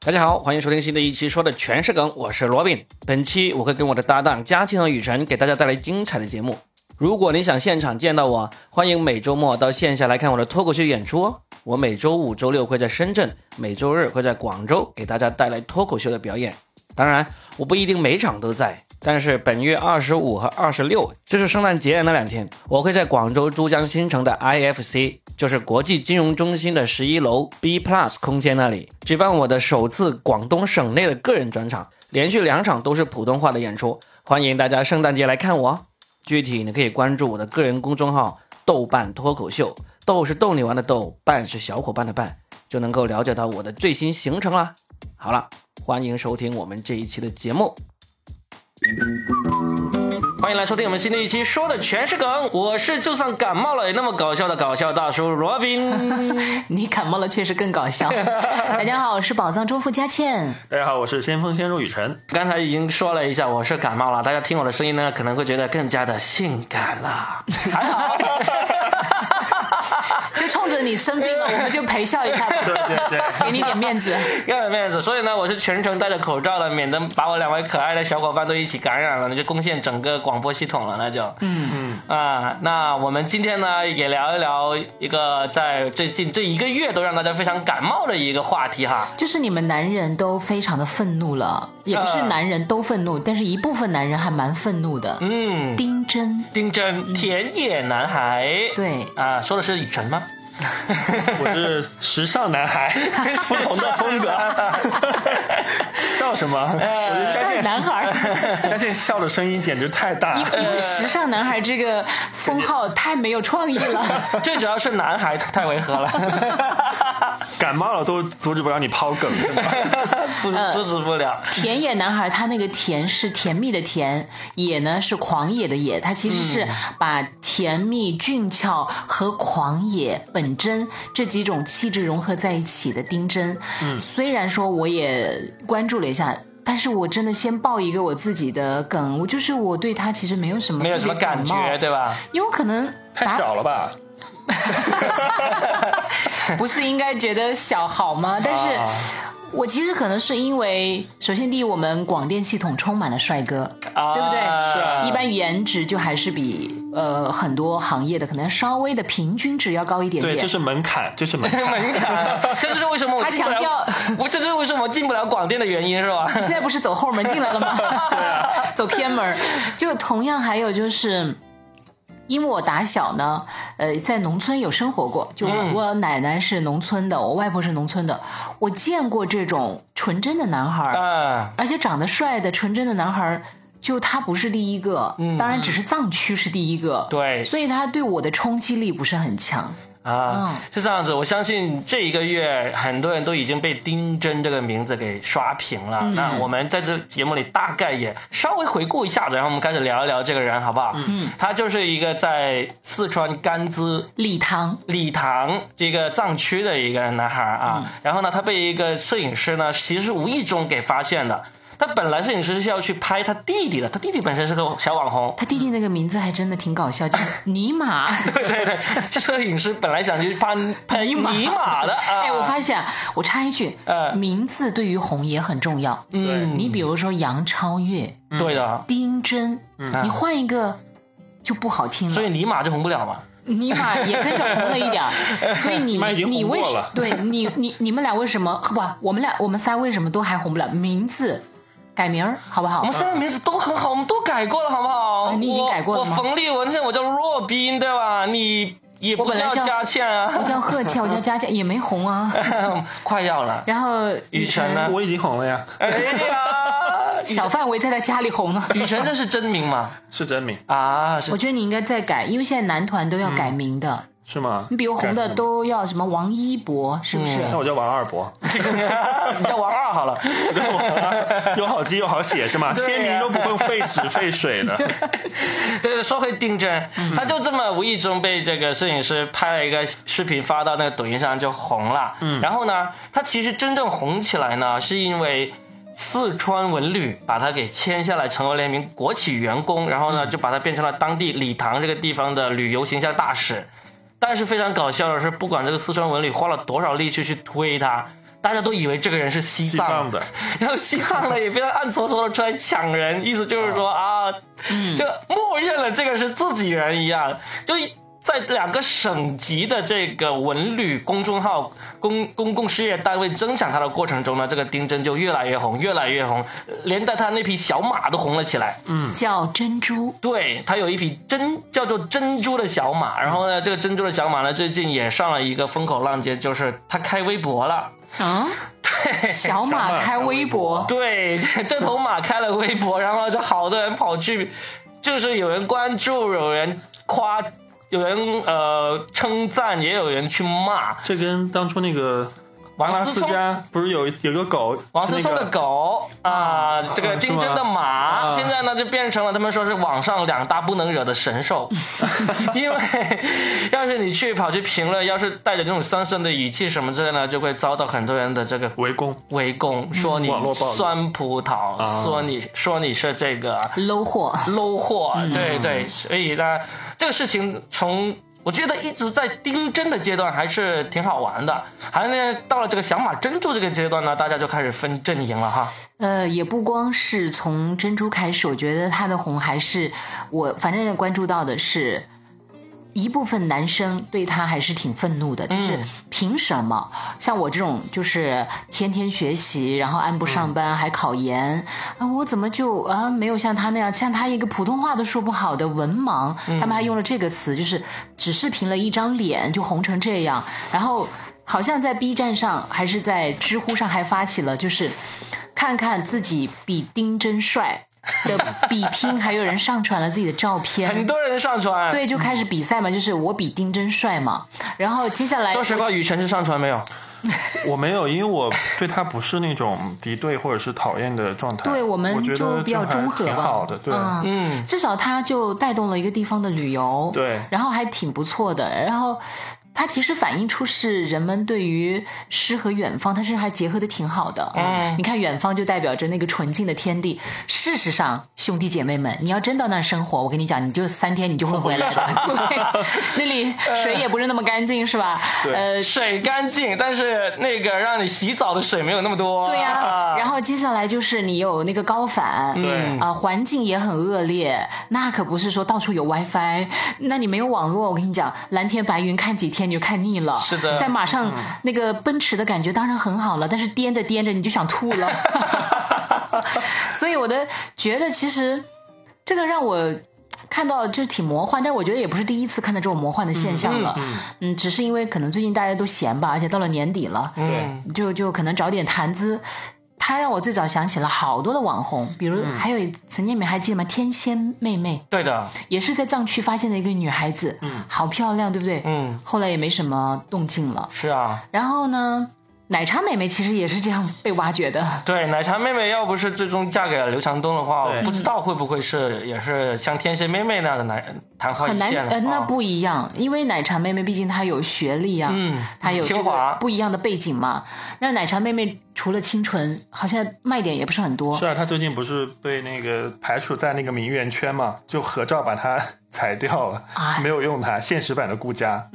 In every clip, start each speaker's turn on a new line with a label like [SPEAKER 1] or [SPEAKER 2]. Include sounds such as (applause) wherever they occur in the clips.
[SPEAKER 1] 大家好，欢迎收听新的一期，说的全是梗，我是罗宾。本期我会跟我的搭档嘉庆和雨辰给大家带来精彩的节目。如果你想现场见到我，欢迎每周末到线下来看我的脱口秀演出哦。我每周五、周六会在深圳，每周日会在广州给大家带来脱口秀的表演。当然，我不一定每场都在，但是本月二十五和二十六，就是圣诞节那两天，我会在广州珠江新城的 IFC，就是国际金融中心的十一楼 B Plus 空间那里，举办我的首次广东省内的个人专场，连续两场都是普通话的演出，欢迎大家圣诞节来看我哦。具体你可以关注我的个人公众号“豆瓣脱口秀”，豆是逗你玩的豆，瓣是小伙伴的伴，就能够了解到我的最新行程啦。好了，欢迎收听我们这一期的节目。欢迎来收听我们新的一期，说的全是梗。我是就算感冒了也那么搞笑的搞笑大叔罗宾。 (laughs)
[SPEAKER 2] 你感冒了确实更搞笑。大家好，我是宝藏中富佳倩。
[SPEAKER 3] 大家好，我是先锋先入雨辰。
[SPEAKER 1] 刚才已经说了一下我是感冒了，大家听我的声音呢，可能会觉得更加的性感啦。还好， (laughs)
[SPEAKER 2] 就冲着你生病了，我们就陪笑一下吧，
[SPEAKER 3] 对对对，
[SPEAKER 2] 给你点面子。
[SPEAKER 1] 要有面子，所以呢，我是全程戴着口罩的，免得把我两位可爱的小伙伴都一起感染了，那就攻陷整个广播系统了，那就。嗯嗯。啊，那我们今天呢，也聊一聊一个在最近这一个月都让大家非常感冒的一个话题哈。
[SPEAKER 2] 就是你们男人都非常的愤怒了，也不是男人都愤怒，但是一部分男人还蛮愤怒的。
[SPEAKER 1] 嗯，
[SPEAKER 2] 丁真，
[SPEAKER 1] 丁真，田野男孩。
[SPEAKER 2] 对
[SPEAKER 1] 啊，说的是雨辰吗？ (laughs)
[SPEAKER 3] 我是时尚男孩，不同的风格。笑什么？我觉得
[SPEAKER 2] 呃时
[SPEAKER 3] 佳
[SPEAKER 2] 尚
[SPEAKER 3] 倩，
[SPEAKER 2] 男孩，
[SPEAKER 3] (laughs) 佳倩笑的声音简直太大。
[SPEAKER 2] 因为时尚男孩这个封号太没有创意了。
[SPEAKER 1] 最主要是男孩太违和了， (laughs)
[SPEAKER 3] 感冒了都阻止不了你抛梗，真的
[SPEAKER 1] 不阻止不了。
[SPEAKER 2] 田野男孩，他那个甜是甜蜜的甜，野呢是狂野的野，他其实是
[SPEAKER 1] 嗯
[SPEAKER 2] 把甜蜜、俊俏和狂野、本真这几种气质融合在一起的丁真。嗯，虽然说我也关注了一下。但是我真的先爆一个我自己的梗，我就是我对他其实没有什么
[SPEAKER 1] 没有什么
[SPEAKER 2] 特别
[SPEAKER 1] 感
[SPEAKER 2] 冒
[SPEAKER 1] 觉，对吧？
[SPEAKER 2] 因为我可能
[SPEAKER 3] 太
[SPEAKER 2] 打
[SPEAKER 3] 小了吧？
[SPEAKER 2] (laughs) 不是应该觉得小好
[SPEAKER 1] 啊
[SPEAKER 2] 吗？但是。我其实可能是因为，首先第一，我们广电系统充满了帅哥，
[SPEAKER 1] 啊
[SPEAKER 2] 对不对？
[SPEAKER 1] 是啊
[SPEAKER 2] 一般颜值就还是比呃很多行业的可能稍微的平均值要高一点
[SPEAKER 3] (laughs) 对，
[SPEAKER 2] 点。
[SPEAKER 3] 这是门槛，这是门槛。
[SPEAKER 1] 门槛，这就是为什么我
[SPEAKER 2] 他
[SPEAKER 1] 进不
[SPEAKER 2] 强
[SPEAKER 1] 了
[SPEAKER 2] 调，
[SPEAKER 1] 我 (laughs) 这就是为什么我进不了广电的原因是吧？
[SPEAKER 2] 现在不是走后门进
[SPEAKER 1] (laughs)
[SPEAKER 2] 来了吗？
[SPEAKER 1] 啊
[SPEAKER 2] 走偏门儿。就同样还有就是。因为我打小呢，呃，在农村有生活过，就我,、
[SPEAKER 1] 嗯
[SPEAKER 2] 奶奶是农村的，我外婆是农村的，我见过这种纯真的男孩儿，
[SPEAKER 1] 啊，
[SPEAKER 2] 而且长得帅的纯真的男孩儿，就他不是第一个，当然只是藏区是第一个，
[SPEAKER 1] 对
[SPEAKER 2] 所以他对我的冲击力不是很强。嗯
[SPEAKER 1] 啊，是这样子。我相信这一个月很多人都已经被“丁真”这个名字给刷屏了。
[SPEAKER 2] 嗯
[SPEAKER 1] 那我们在这节目里大概也稍微回顾一下子，然后我们开始聊一聊这个人，好不好？嗯，他就是一个在四川甘孜
[SPEAKER 2] 礼堂
[SPEAKER 1] 礼堂这个藏区的一个男孩
[SPEAKER 2] 嗯
[SPEAKER 1] 啊，然后呢，他被一个摄影师呢，其实是无意中给发现的。他本来摄影师是要去拍他弟弟的，他弟弟本身是个小网红。
[SPEAKER 2] 他弟弟那个名字还真的挺搞笑，叫尼玛。
[SPEAKER 1] 对对
[SPEAKER 2] (laughs)
[SPEAKER 1] 对，摄影师本来想去拍拍尼玛的啊。
[SPEAKER 2] 哎，我发现，啊，我插一句，
[SPEAKER 1] 呃
[SPEAKER 2] 名字对于红也很重要。嗯
[SPEAKER 3] 对，
[SPEAKER 2] 你比如说杨超越、
[SPEAKER 1] 对的，
[SPEAKER 2] 丁真，你换一个就不好听了。
[SPEAKER 1] 所以尼玛就红不了嘛。
[SPEAKER 2] 尼玛也跟着红了一点儿，所以你
[SPEAKER 3] 妈已经
[SPEAKER 2] 你
[SPEAKER 3] 红
[SPEAKER 2] 为
[SPEAKER 3] 过
[SPEAKER 2] 什
[SPEAKER 3] 了
[SPEAKER 2] 对你你你们俩为什么不？我们俩我们仨为什么都还红不了？名字改名儿好不
[SPEAKER 1] 我
[SPEAKER 2] 好
[SPEAKER 1] 们？虽然名字都很好，我们都改过了，好不好？
[SPEAKER 2] 啊嗯你已经
[SPEAKER 1] 我
[SPEAKER 2] 改过了
[SPEAKER 1] 我
[SPEAKER 2] 吗
[SPEAKER 1] 冯立文，现在我叫若冰，对吧？你也
[SPEAKER 2] 我
[SPEAKER 1] 不
[SPEAKER 2] 本来叫
[SPEAKER 1] 佳倩啊，
[SPEAKER 2] 我叫贺倩，我叫佳佳，也没红啊。
[SPEAKER 1] (laughs) 快要了。
[SPEAKER 2] 然后
[SPEAKER 1] 雨辰呢？
[SPEAKER 3] 我已经红了呀，
[SPEAKER 1] 哎呀，
[SPEAKER 2] 小范围在他家里红了。
[SPEAKER 1] 雨辰这是真名吗？
[SPEAKER 3] 是真名
[SPEAKER 1] 啊，是
[SPEAKER 2] 我觉得你应该再改，因为现在男团都要改名的。
[SPEAKER 3] 是吗
[SPEAKER 2] 你？比如红的都要什么王一博，是不是？
[SPEAKER 3] 那我叫王二博，
[SPEAKER 1] (laughs) 你叫王二好了。
[SPEAKER 3] 我叫王二，又好记又好写是吗？
[SPEAKER 1] 对呀
[SPEAKER 3] 签名都不会费纸费水的。
[SPEAKER 1] (laughs) 对，说回丁真，他就这么无意中被这个摄影师拍了一个视频发到那个抖音上就红了。嗯，然后呢，他其实真正红起来呢，是因为。四川文旅把他给签下来，成为了一名国企员工，然后呢，就把他变成了当地理塘这个地方的旅游形象大使。但是非常搞笑的是，不管这个四川文旅花了多少力气去推他，
[SPEAKER 4] 大家都以为这个人是西藏
[SPEAKER 3] 西藏的，
[SPEAKER 4] (laughs) 然后西藏的也非常暗搓搓的出来
[SPEAKER 2] (laughs)
[SPEAKER 4] 抢人，意思就是说啊，
[SPEAKER 2] 嗯
[SPEAKER 4] 就默认了这个是自己人一样，就。在两个省级的这个文旅公众号公公共事业单位争抢他的过程中呢，这个丁真就越来越红，越来越红，连带他那匹小马都红了起来。
[SPEAKER 2] 嗯叫珍珠，
[SPEAKER 4] 对，它有一匹珍叫做珍珠的小马，然后呢，这个珍珠的小马呢，最近也上了一个风口浪尖，就是它开微博了。
[SPEAKER 2] 啊， (laughs) 小马开微博，
[SPEAKER 4] (laughs) 对，这这头马开了微博，然后就好多人跑去，就是有人关注，有人夸，有人呃称赞，也有人去骂。
[SPEAKER 3] 这跟当初那个
[SPEAKER 4] 王
[SPEAKER 3] 拉
[SPEAKER 4] 思
[SPEAKER 3] 斯
[SPEAKER 4] 聪
[SPEAKER 3] 加不是有有个狗，
[SPEAKER 4] 王思
[SPEAKER 3] 是
[SPEAKER 4] 聪
[SPEAKER 3] 那
[SPEAKER 4] 的
[SPEAKER 3] 个
[SPEAKER 4] 狗啊，这个
[SPEAKER 3] 啊是
[SPEAKER 4] 金针的马，
[SPEAKER 3] 吗啊
[SPEAKER 4] 现在呢就变成了他们说是网上两大不能惹的
[SPEAKER 3] (laughs)
[SPEAKER 4] 神兽， (laughs) 因为要是你去跑去评论，要是带着那种酸酸的语气什么之类呢，就会遭到很多人的这个
[SPEAKER 3] 围攻，
[SPEAKER 4] 围攻，说你
[SPEAKER 3] 嗯网络暴力
[SPEAKER 4] 酸葡萄，
[SPEAKER 3] 啊
[SPEAKER 4] 说你说你是这个
[SPEAKER 2] 搂货，
[SPEAKER 4] 搂货，对对，所以呢，这个事情从我觉得一直在丁真的阶段还是挺好玩的，还是呢到了这个小马珍珠这个阶段呢，大家就开始分阵营了哈。
[SPEAKER 2] 呃，也不光是从珍珠开始，我觉得她的红还是我反正也关注到的是，一部分男生对她还是挺愤怒的，就是凭什么像我这种就是天天学习，然后按部上班、还考研啊，我怎么就啊没有像她那样，像她一个普通话都说不好的文盲，他们还用了这个词，就是只是凭了一张脸就红成这样，然后。好像在 B 站上还是在知乎上还发起了，就是看看自己比丁真帅的比拼，还有人上传了自己的照
[SPEAKER 4] (laughs) 很
[SPEAKER 2] 片。
[SPEAKER 4] 多人上传。，
[SPEAKER 2] 对，就开
[SPEAKER 3] 嗯
[SPEAKER 2] 始比赛嘛，就是我比丁真帅嘛。然后接下来
[SPEAKER 4] 说，实话，羽泉是上传没有？
[SPEAKER 3] 我没有，因为我对他不是那种敌对或者是讨厌的状态。
[SPEAKER 2] 对我们
[SPEAKER 3] 觉
[SPEAKER 2] 就
[SPEAKER 3] 得
[SPEAKER 2] 比较
[SPEAKER 3] 这还
[SPEAKER 2] 中和
[SPEAKER 3] 挺
[SPEAKER 2] 吧
[SPEAKER 3] 好的。对，
[SPEAKER 2] 嗯，至少他就带动了一个地方的旅游，
[SPEAKER 3] 对
[SPEAKER 2] 然后还挺不错的。然后它其实反映出是人们对于诗和远方，它是还结合的挺好的。嗯，你看远方就代表着那个纯净的天地。事实上，兄弟姐妹们，你要真到那儿生活，我跟你讲，你就三天你就会回来的。 (laughs) 对，那里水也不是那么干净，是吧？
[SPEAKER 3] 对
[SPEAKER 2] 呃，
[SPEAKER 4] 水干净，但是那个让你洗澡的水没有那么多。啊
[SPEAKER 2] 对呀、然后接下来就是你有那个高反，
[SPEAKER 3] 对
[SPEAKER 2] 啊、环境也很恶劣，那可不是说到处有 WiFi，那你没有网络，我跟你讲，蓝天白云看几天你就看腻了。
[SPEAKER 4] 是的
[SPEAKER 2] 在马上、那个奔驰的感觉当然很好了，但是颠着颠着你就想吐了。所以我的觉得其实这个让我。看到就挺魔幻，但是我觉得也不是第一次看到这种魔幻的现象了，嗯，只是因为可能最近大家都闲吧，而且到了年底了，
[SPEAKER 3] 对，
[SPEAKER 2] 就就可能找点谈资。他让我最早想起了好多的网红，比如
[SPEAKER 4] 嗯
[SPEAKER 2] 还有曾经你们还记得吗？天仙妹妹
[SPEAKER 4] 对的，
[SPEAKER 2] 也是在藏区发现的一个女孩子，嗯，好漂亮，对不对？
[SPEAKER 4] 嗯，
[SPEAKER 2] 后来也没什么动静了。
[SPEAKER 4] 是啊，
[SPEAKER 2] 然后呢，奶茶妹妹其实也是这样被挖掘的，
[SPEAKER 4] 对，奶茶妹妹要不是最终嫁给了刘强东的话，
[SPEAKER 3] 对
[SPEAKER 4] 不知道会不会是也是像天蝎妹妹那样的男昙花
[SPEAKER 2] 很
[SPEAKER 4] 一
[SPEAKER 2] 难
[SPEAKER 4] 现了。
[SPEAKER 2] 呃，那
[SPEAKER 4] 啊
[SPEAKER 2] 不一样，因为奶茶妹妹毕竟她有学历啊，嗯，她有这
[SPEAKER 4] 清华
[SPEAKER 2] 个不一样的背景嘛。那奶茶妹妹除了清纯，好像卖点也不是很多，
[SPEAKER 3] 是啊，他最近不是被那个排除在那个名媛圈嘛，就合照把他 (laughs) 裁掉了，
[SPEAKER 2] 哎嗯
[SPEAKER 3] 没有用他，现实版的顾佳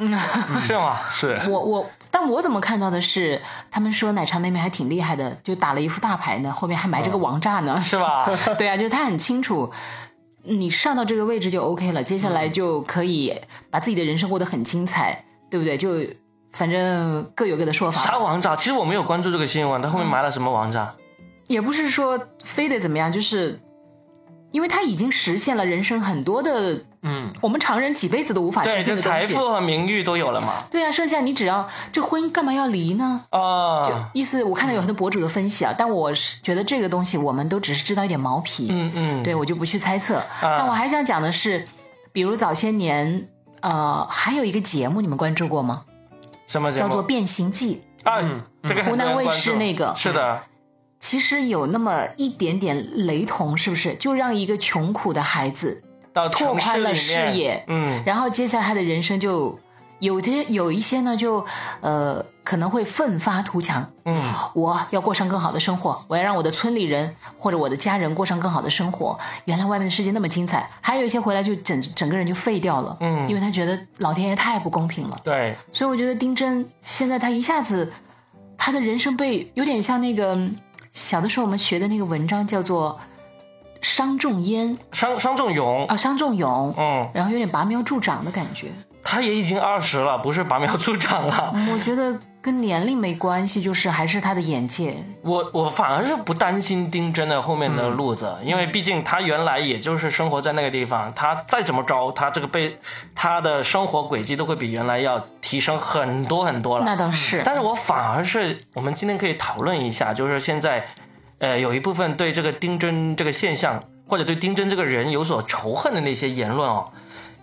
[SPEAKER 4] 是吗？
[SPEAKER 3] 是。
[SPEAKER 2] 我我，但我怎么看到的是，他们说奶茶妹妹还挺厉害的，就打了一副大牌呢，后面还埋
[SPEAKER 4] 嗯
[SPEAKER 2] 着个王炸呢。
[SPEAKER 4] (laughs) 是吧？
[SPEAKER 2] 对 (laughs) 啊，就是她很清楚，你上到这个位置就 OK 了，接下
[SPEAKER 4] 嗯
[SPEAKER 2] 来就可以把自己的人生过得很精彩，对不对？就反正各有各的说
[SPEAKER 4] 啥
[SPEAKER 2] 法，
[SPEAKER 4] 王炸？其实我没有关注这个新闻，他后面埋了什么王炸？
[SPEAKER 2] 也不是说非得怎么样，就是。因为她已经实现了人生很多的，嗯，我们常人几辈子都无法实
[SPEAKER 4] 对，
[SPEAKER 2] 现
[SPEAKER 4] 就
[SPEAKER 2] 的
[SPEAKER 4] 财
[SPEAKER 2] 东西。
[SPEAKER 4] 富和名誉都有了嘛。
[SPEAKER 2] 对啊，剩下你只要这婚姻干嘛要离呢？就
[SPEAKER 4] 啊，
[SPEAKER 2] 意思，我看到有很多博主的分析啊，但我是觉得这个东西我们都只是知道一点毛皮，
[SPEAKER 4] 嗯啊嗯，
[SPEAKER 2] 对我就不去猜测。但我还想讲的是，比如早些年，呃，还有一个节目你们关注过吗？
[SPEAKER 4] 什么节
[SPEAKER 2] 叫
[SPEAKER 4] 目
[SPEAKER 2] 做《变形记》，
[SPEAKER 4] 啊？这个
[SPEAKER 2] 湖南
[SPEAKER 4] 很多人
[SPEAKER 2] 卫视
[SPEAKER 4] 关注
[SPEAKER 2] 那个嗯
[SPEAKER 4] 是的，
[SPEAKER 2] 其实有那么一点点雷同，是不是？就让一个穷苦的孩子
[SPEAKER 4] 到
[SPEAKER 2] 拓
[SPEAKER 4] 城市
[SPEAKER 2] 宽了
[SPEAKER 4] 里
[SPEAKER 2] 视
[SPEAKER 4] 面
[SPEAKER 2] 野，
[SPEAKER 4] 嗯，
[SPEAKER 2] 然后接下来他的人生就有些有一些呢，就呃可能会奋发图强。嗯，我要过上更好的生活，我要让我的村里人或者我的家人过上更好的生活。原来外面的世界那么精彩，还有一些回来就整整个人就废掉了。嗯，因为他觉得老天爷太不公平了。
[SPEAKER 4] 对，
[SPEAKER 2] 所以我觉得丁真现在他一下子。他的人生被有点像那个小的时候我们学的那个文章叫做《伤仲淹》
[SPEAKER 4] 伤伤仲永，
[SPEAKER 2] 啊，伤仲永，
[SPEAKER 4] 嗯，
[SPEAKER 2] 然后有点拔苗助长的感觉。
[SPEAKER 4] 他也已经二十了，不是拔苗助长了。
[SPEAKER 2] 我觉得跟年龄没关系，就是还是他的眼界。
[SPEAKER 4] 我我反而是不担心丁真的后面
[SPEAKER 2] 嗯
[SPEAKER 4] 的路子，因为毕竟他原来也就是生活在那个地方，他再怎么着，他这个被他的生活轨迹都会比原来要提升很多很多了。
[SPEAKER 2] 那倒是，
[SPEAKER 3] 嗯
[SPEAKER 4] 但是我反而是我们今天可以讨论一下，就是现在，呃，有一部分对这个丁真这个现象，或者对丁真这个人有所仇恨的那些言论哦，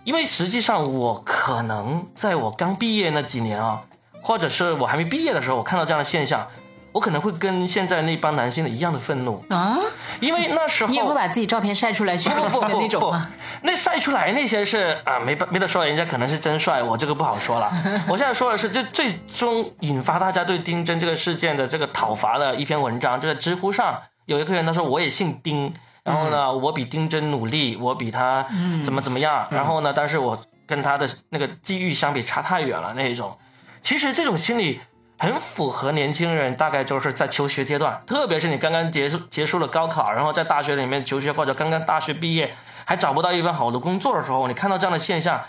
[SPEAKER 4] 因为实际上我可能在我刚毕业那几年啊、或者是我还没毕业的时候，我看到这样的现象，我可能会跟现在那帮男性的一样的愤怒，
[SPEAKER 2] 啊，
[SPEAKER 4] 因为那时候
[SPEAKER 2] 你也会把自己照片晒出来炫
[SPEAKER 4] 不
[SPEAKER 2] 耀
[SPEAKER 4] 不
[SPEAKER 2] 的
[SPEAKER 4] 不
[SPEAKER 2] 那种啊
[SPEAKER 4] 不
[SPEAKER 2] 吗？，
[SPEAKER 4] 那晒出来那些是啊，没办没得说，人家可能是真帅，我这个不好说了。我现在说的是，就最终引发大家对丁真这个事件的这个讨伐的一篇文章，就在知乎上有一个人他说我也姓丁，然后呢，我比丁真努力，我比他怎么怎么样，然后呢，但是我跟他的那个际遇相比差太远了那一种。其实这种心理很符合年轻人，大概就是在求学阶段，特别是你刚刚结束结束了高考，然后在大学里面求学，或者刚刚大学毕业还找不到一份好的工作的时候，你看到这样的现象，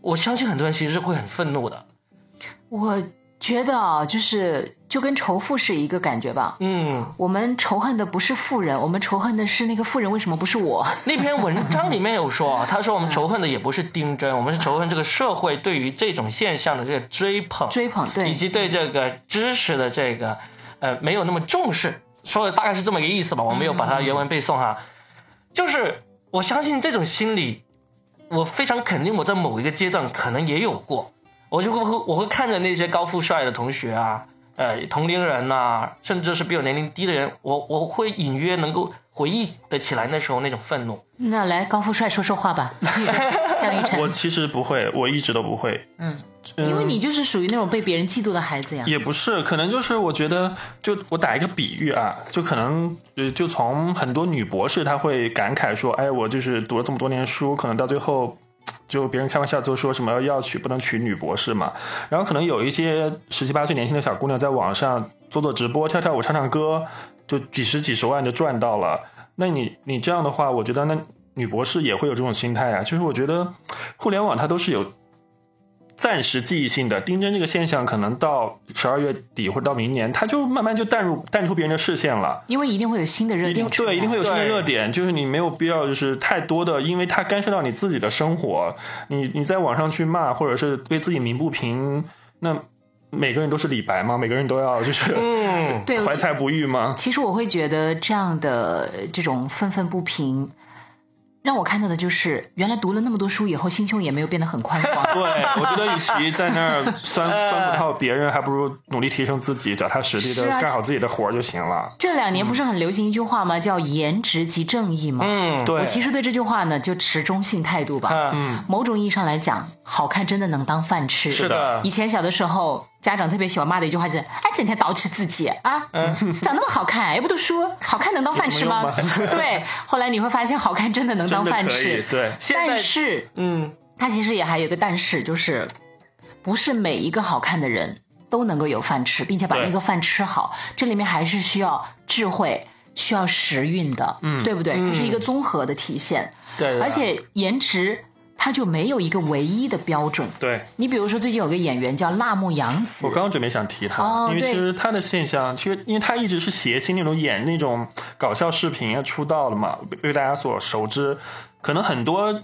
[SPEAKER 4] 我相信很多人其实是会很愤怒的。
[SPEAKER 2] 我觉得啊，就是就跟仇富是一个感觉吧。
[SPEAKER 4] 嗯，
[SPEAKER 2] 我们仇恨的不是富人，我们仇恨的是那个富人为什么不是我？
[SPEAKER 4] 那篇文章里面有说， (laughs) 他说我们仇恨的也不是丁真，我们是仇恨这个社会对于这种现象的这个追捧，
[SPEAKER 2] 追捧对
[SPEAKER 4] 以及对这个知识的这个呃没有那么重视，说的大概是这么个意思吧。我没有把它原文背诵哈，就是我相信这种心理，我非常肯定我在某一个阶段可能也有过。我就会我会看着那些高富帅的同学啊，呃，同龄人呐、甚至是比我年龄低的人，我我会隐约能够回忆得起来那时候那种愤怒。
[SPEAKER 2] 那来高富帅说说话
[SPEAKER 3] (laughs)
[SPEAKER 2] 吧，江一
[SPEAKER 3] 我
[SPEAKER 2] 晨，
[SPEAKER 3] 其实不会，我一直都不会。
[SPEAKER 2] 嗯因为你就是属于那种被别人嫉妒的孩子呀。
[SPEAKER 3] 也不是，可能就是我觉得，就我打一个比喻啊，就可能呃，就从很多女博士她会感慨说，哎，我就是读了这么多年书，可能到最后。就别人开玩笑就说什么要娶不能娶女博士嘛，然后可能有一些十七八岁年轻的小姑娘在网上做做直播、跳跳舞、唱唱歌，就几十几十万就赚到了。那你你这样的话，我觉得那女博士也会有这种心态啊。就是我觉得互联网它都是有暂时记忆性的。丁真这个现象，可能到十二月底或者到明年，它就慢慢就淡入淡出别人的视线了。
[SPEAKER 2] 因为一定会有新的热
[SPEAKER 3] 一定
[SPEAKER 2] 点出来，
[SPEAKER 3] 对，一定会有新的
[SPEAKER 4] 对
[SPEAKER 3] 热点，就是你没有必要就是太多的，因为它干涉到你自己的生活，你你在网上去骂，或者是对自己鸣不平，那每个人都是李白吗？每个人都要就是
[SPEAKER 4] 嗯，
[SPEAKER 2] 对
[SPEAKER 3] 怀才不遇吗？
[SPEAKER 2] 其实我会觉得这样的呃这种愤愤不平，让我看到的就是原来读了那么多书以后，心胸也没有变得很宽
[SPEAKER 3] 对， (laughs)
[SPEAKER 2] 广。
[SPEAKER 3] 我觉得与其在那儿酸 (laughs) 酸葡萄别人，还不如努力提升自己，脚踏实地的
[SPEAKER 2] 是啊
[SPEAKER 3] 干好自己的活儿就行了。
[SPEAKER 2] 这两年不是很流行一句话吗？叫“颜值即正义”吗？
[SPEAKER 4] 嗯，
[SPEAKER 3] 对，
[SPEAKER 2] 我其实对这句话呢，就持中性态度吧。
[SPEAKER 4] 嗯，
[SPEAKER 2] 某种意义上来讲，好看真的能当饭吃。
[SPEAKER 4] 是的
[SPEAKER 2] 以前小的时候，家长特别喜欢骂的一句话就是：“哎，整天捯饬自己啊，长那么好看，哎也不读书，好看能当饭吃吗？” (laughs) 对。后来你会发现，好看真的能当饭
[SPEAKER 3] (laughs) 真的可
[SPEAKER 2] 吃
[SPEAKER 3] 以。对
[SPEAKER 4] 现在
[SPEAKER 2] 但是
[SPEAKER 4] 嗯，
[SPEAKER 2] 它其实也还有一个但是，就是不是每一个好看的人都能够有饭吃，并且把
[SPEAKER 3] 对
[SPEAKER 2] 那个饭吃好。这里面还是需要智慧，需要时运的，嗯，对不对？它是一个综合的体现。
[SPEAKER 4] 对的
[SPEAKER 2] 而且颜值它就没有一个唯一的标准。
[SPEAKER 3] 对。
[SPEAKER 2] 你比如说，最近有个演员叫辣目洋子
[SPEAKER 3] 我，刚刚准备想提他，
[SPEAKER 2] 哦
[SPEAKER 3] 因为
[SPEAKER 2] 对
[SPEAKER 3] 其实他的现象，其实因为他一直是谐星那种演那种搞笑视频啊出道的嘛，被被大家所熟知。可能很多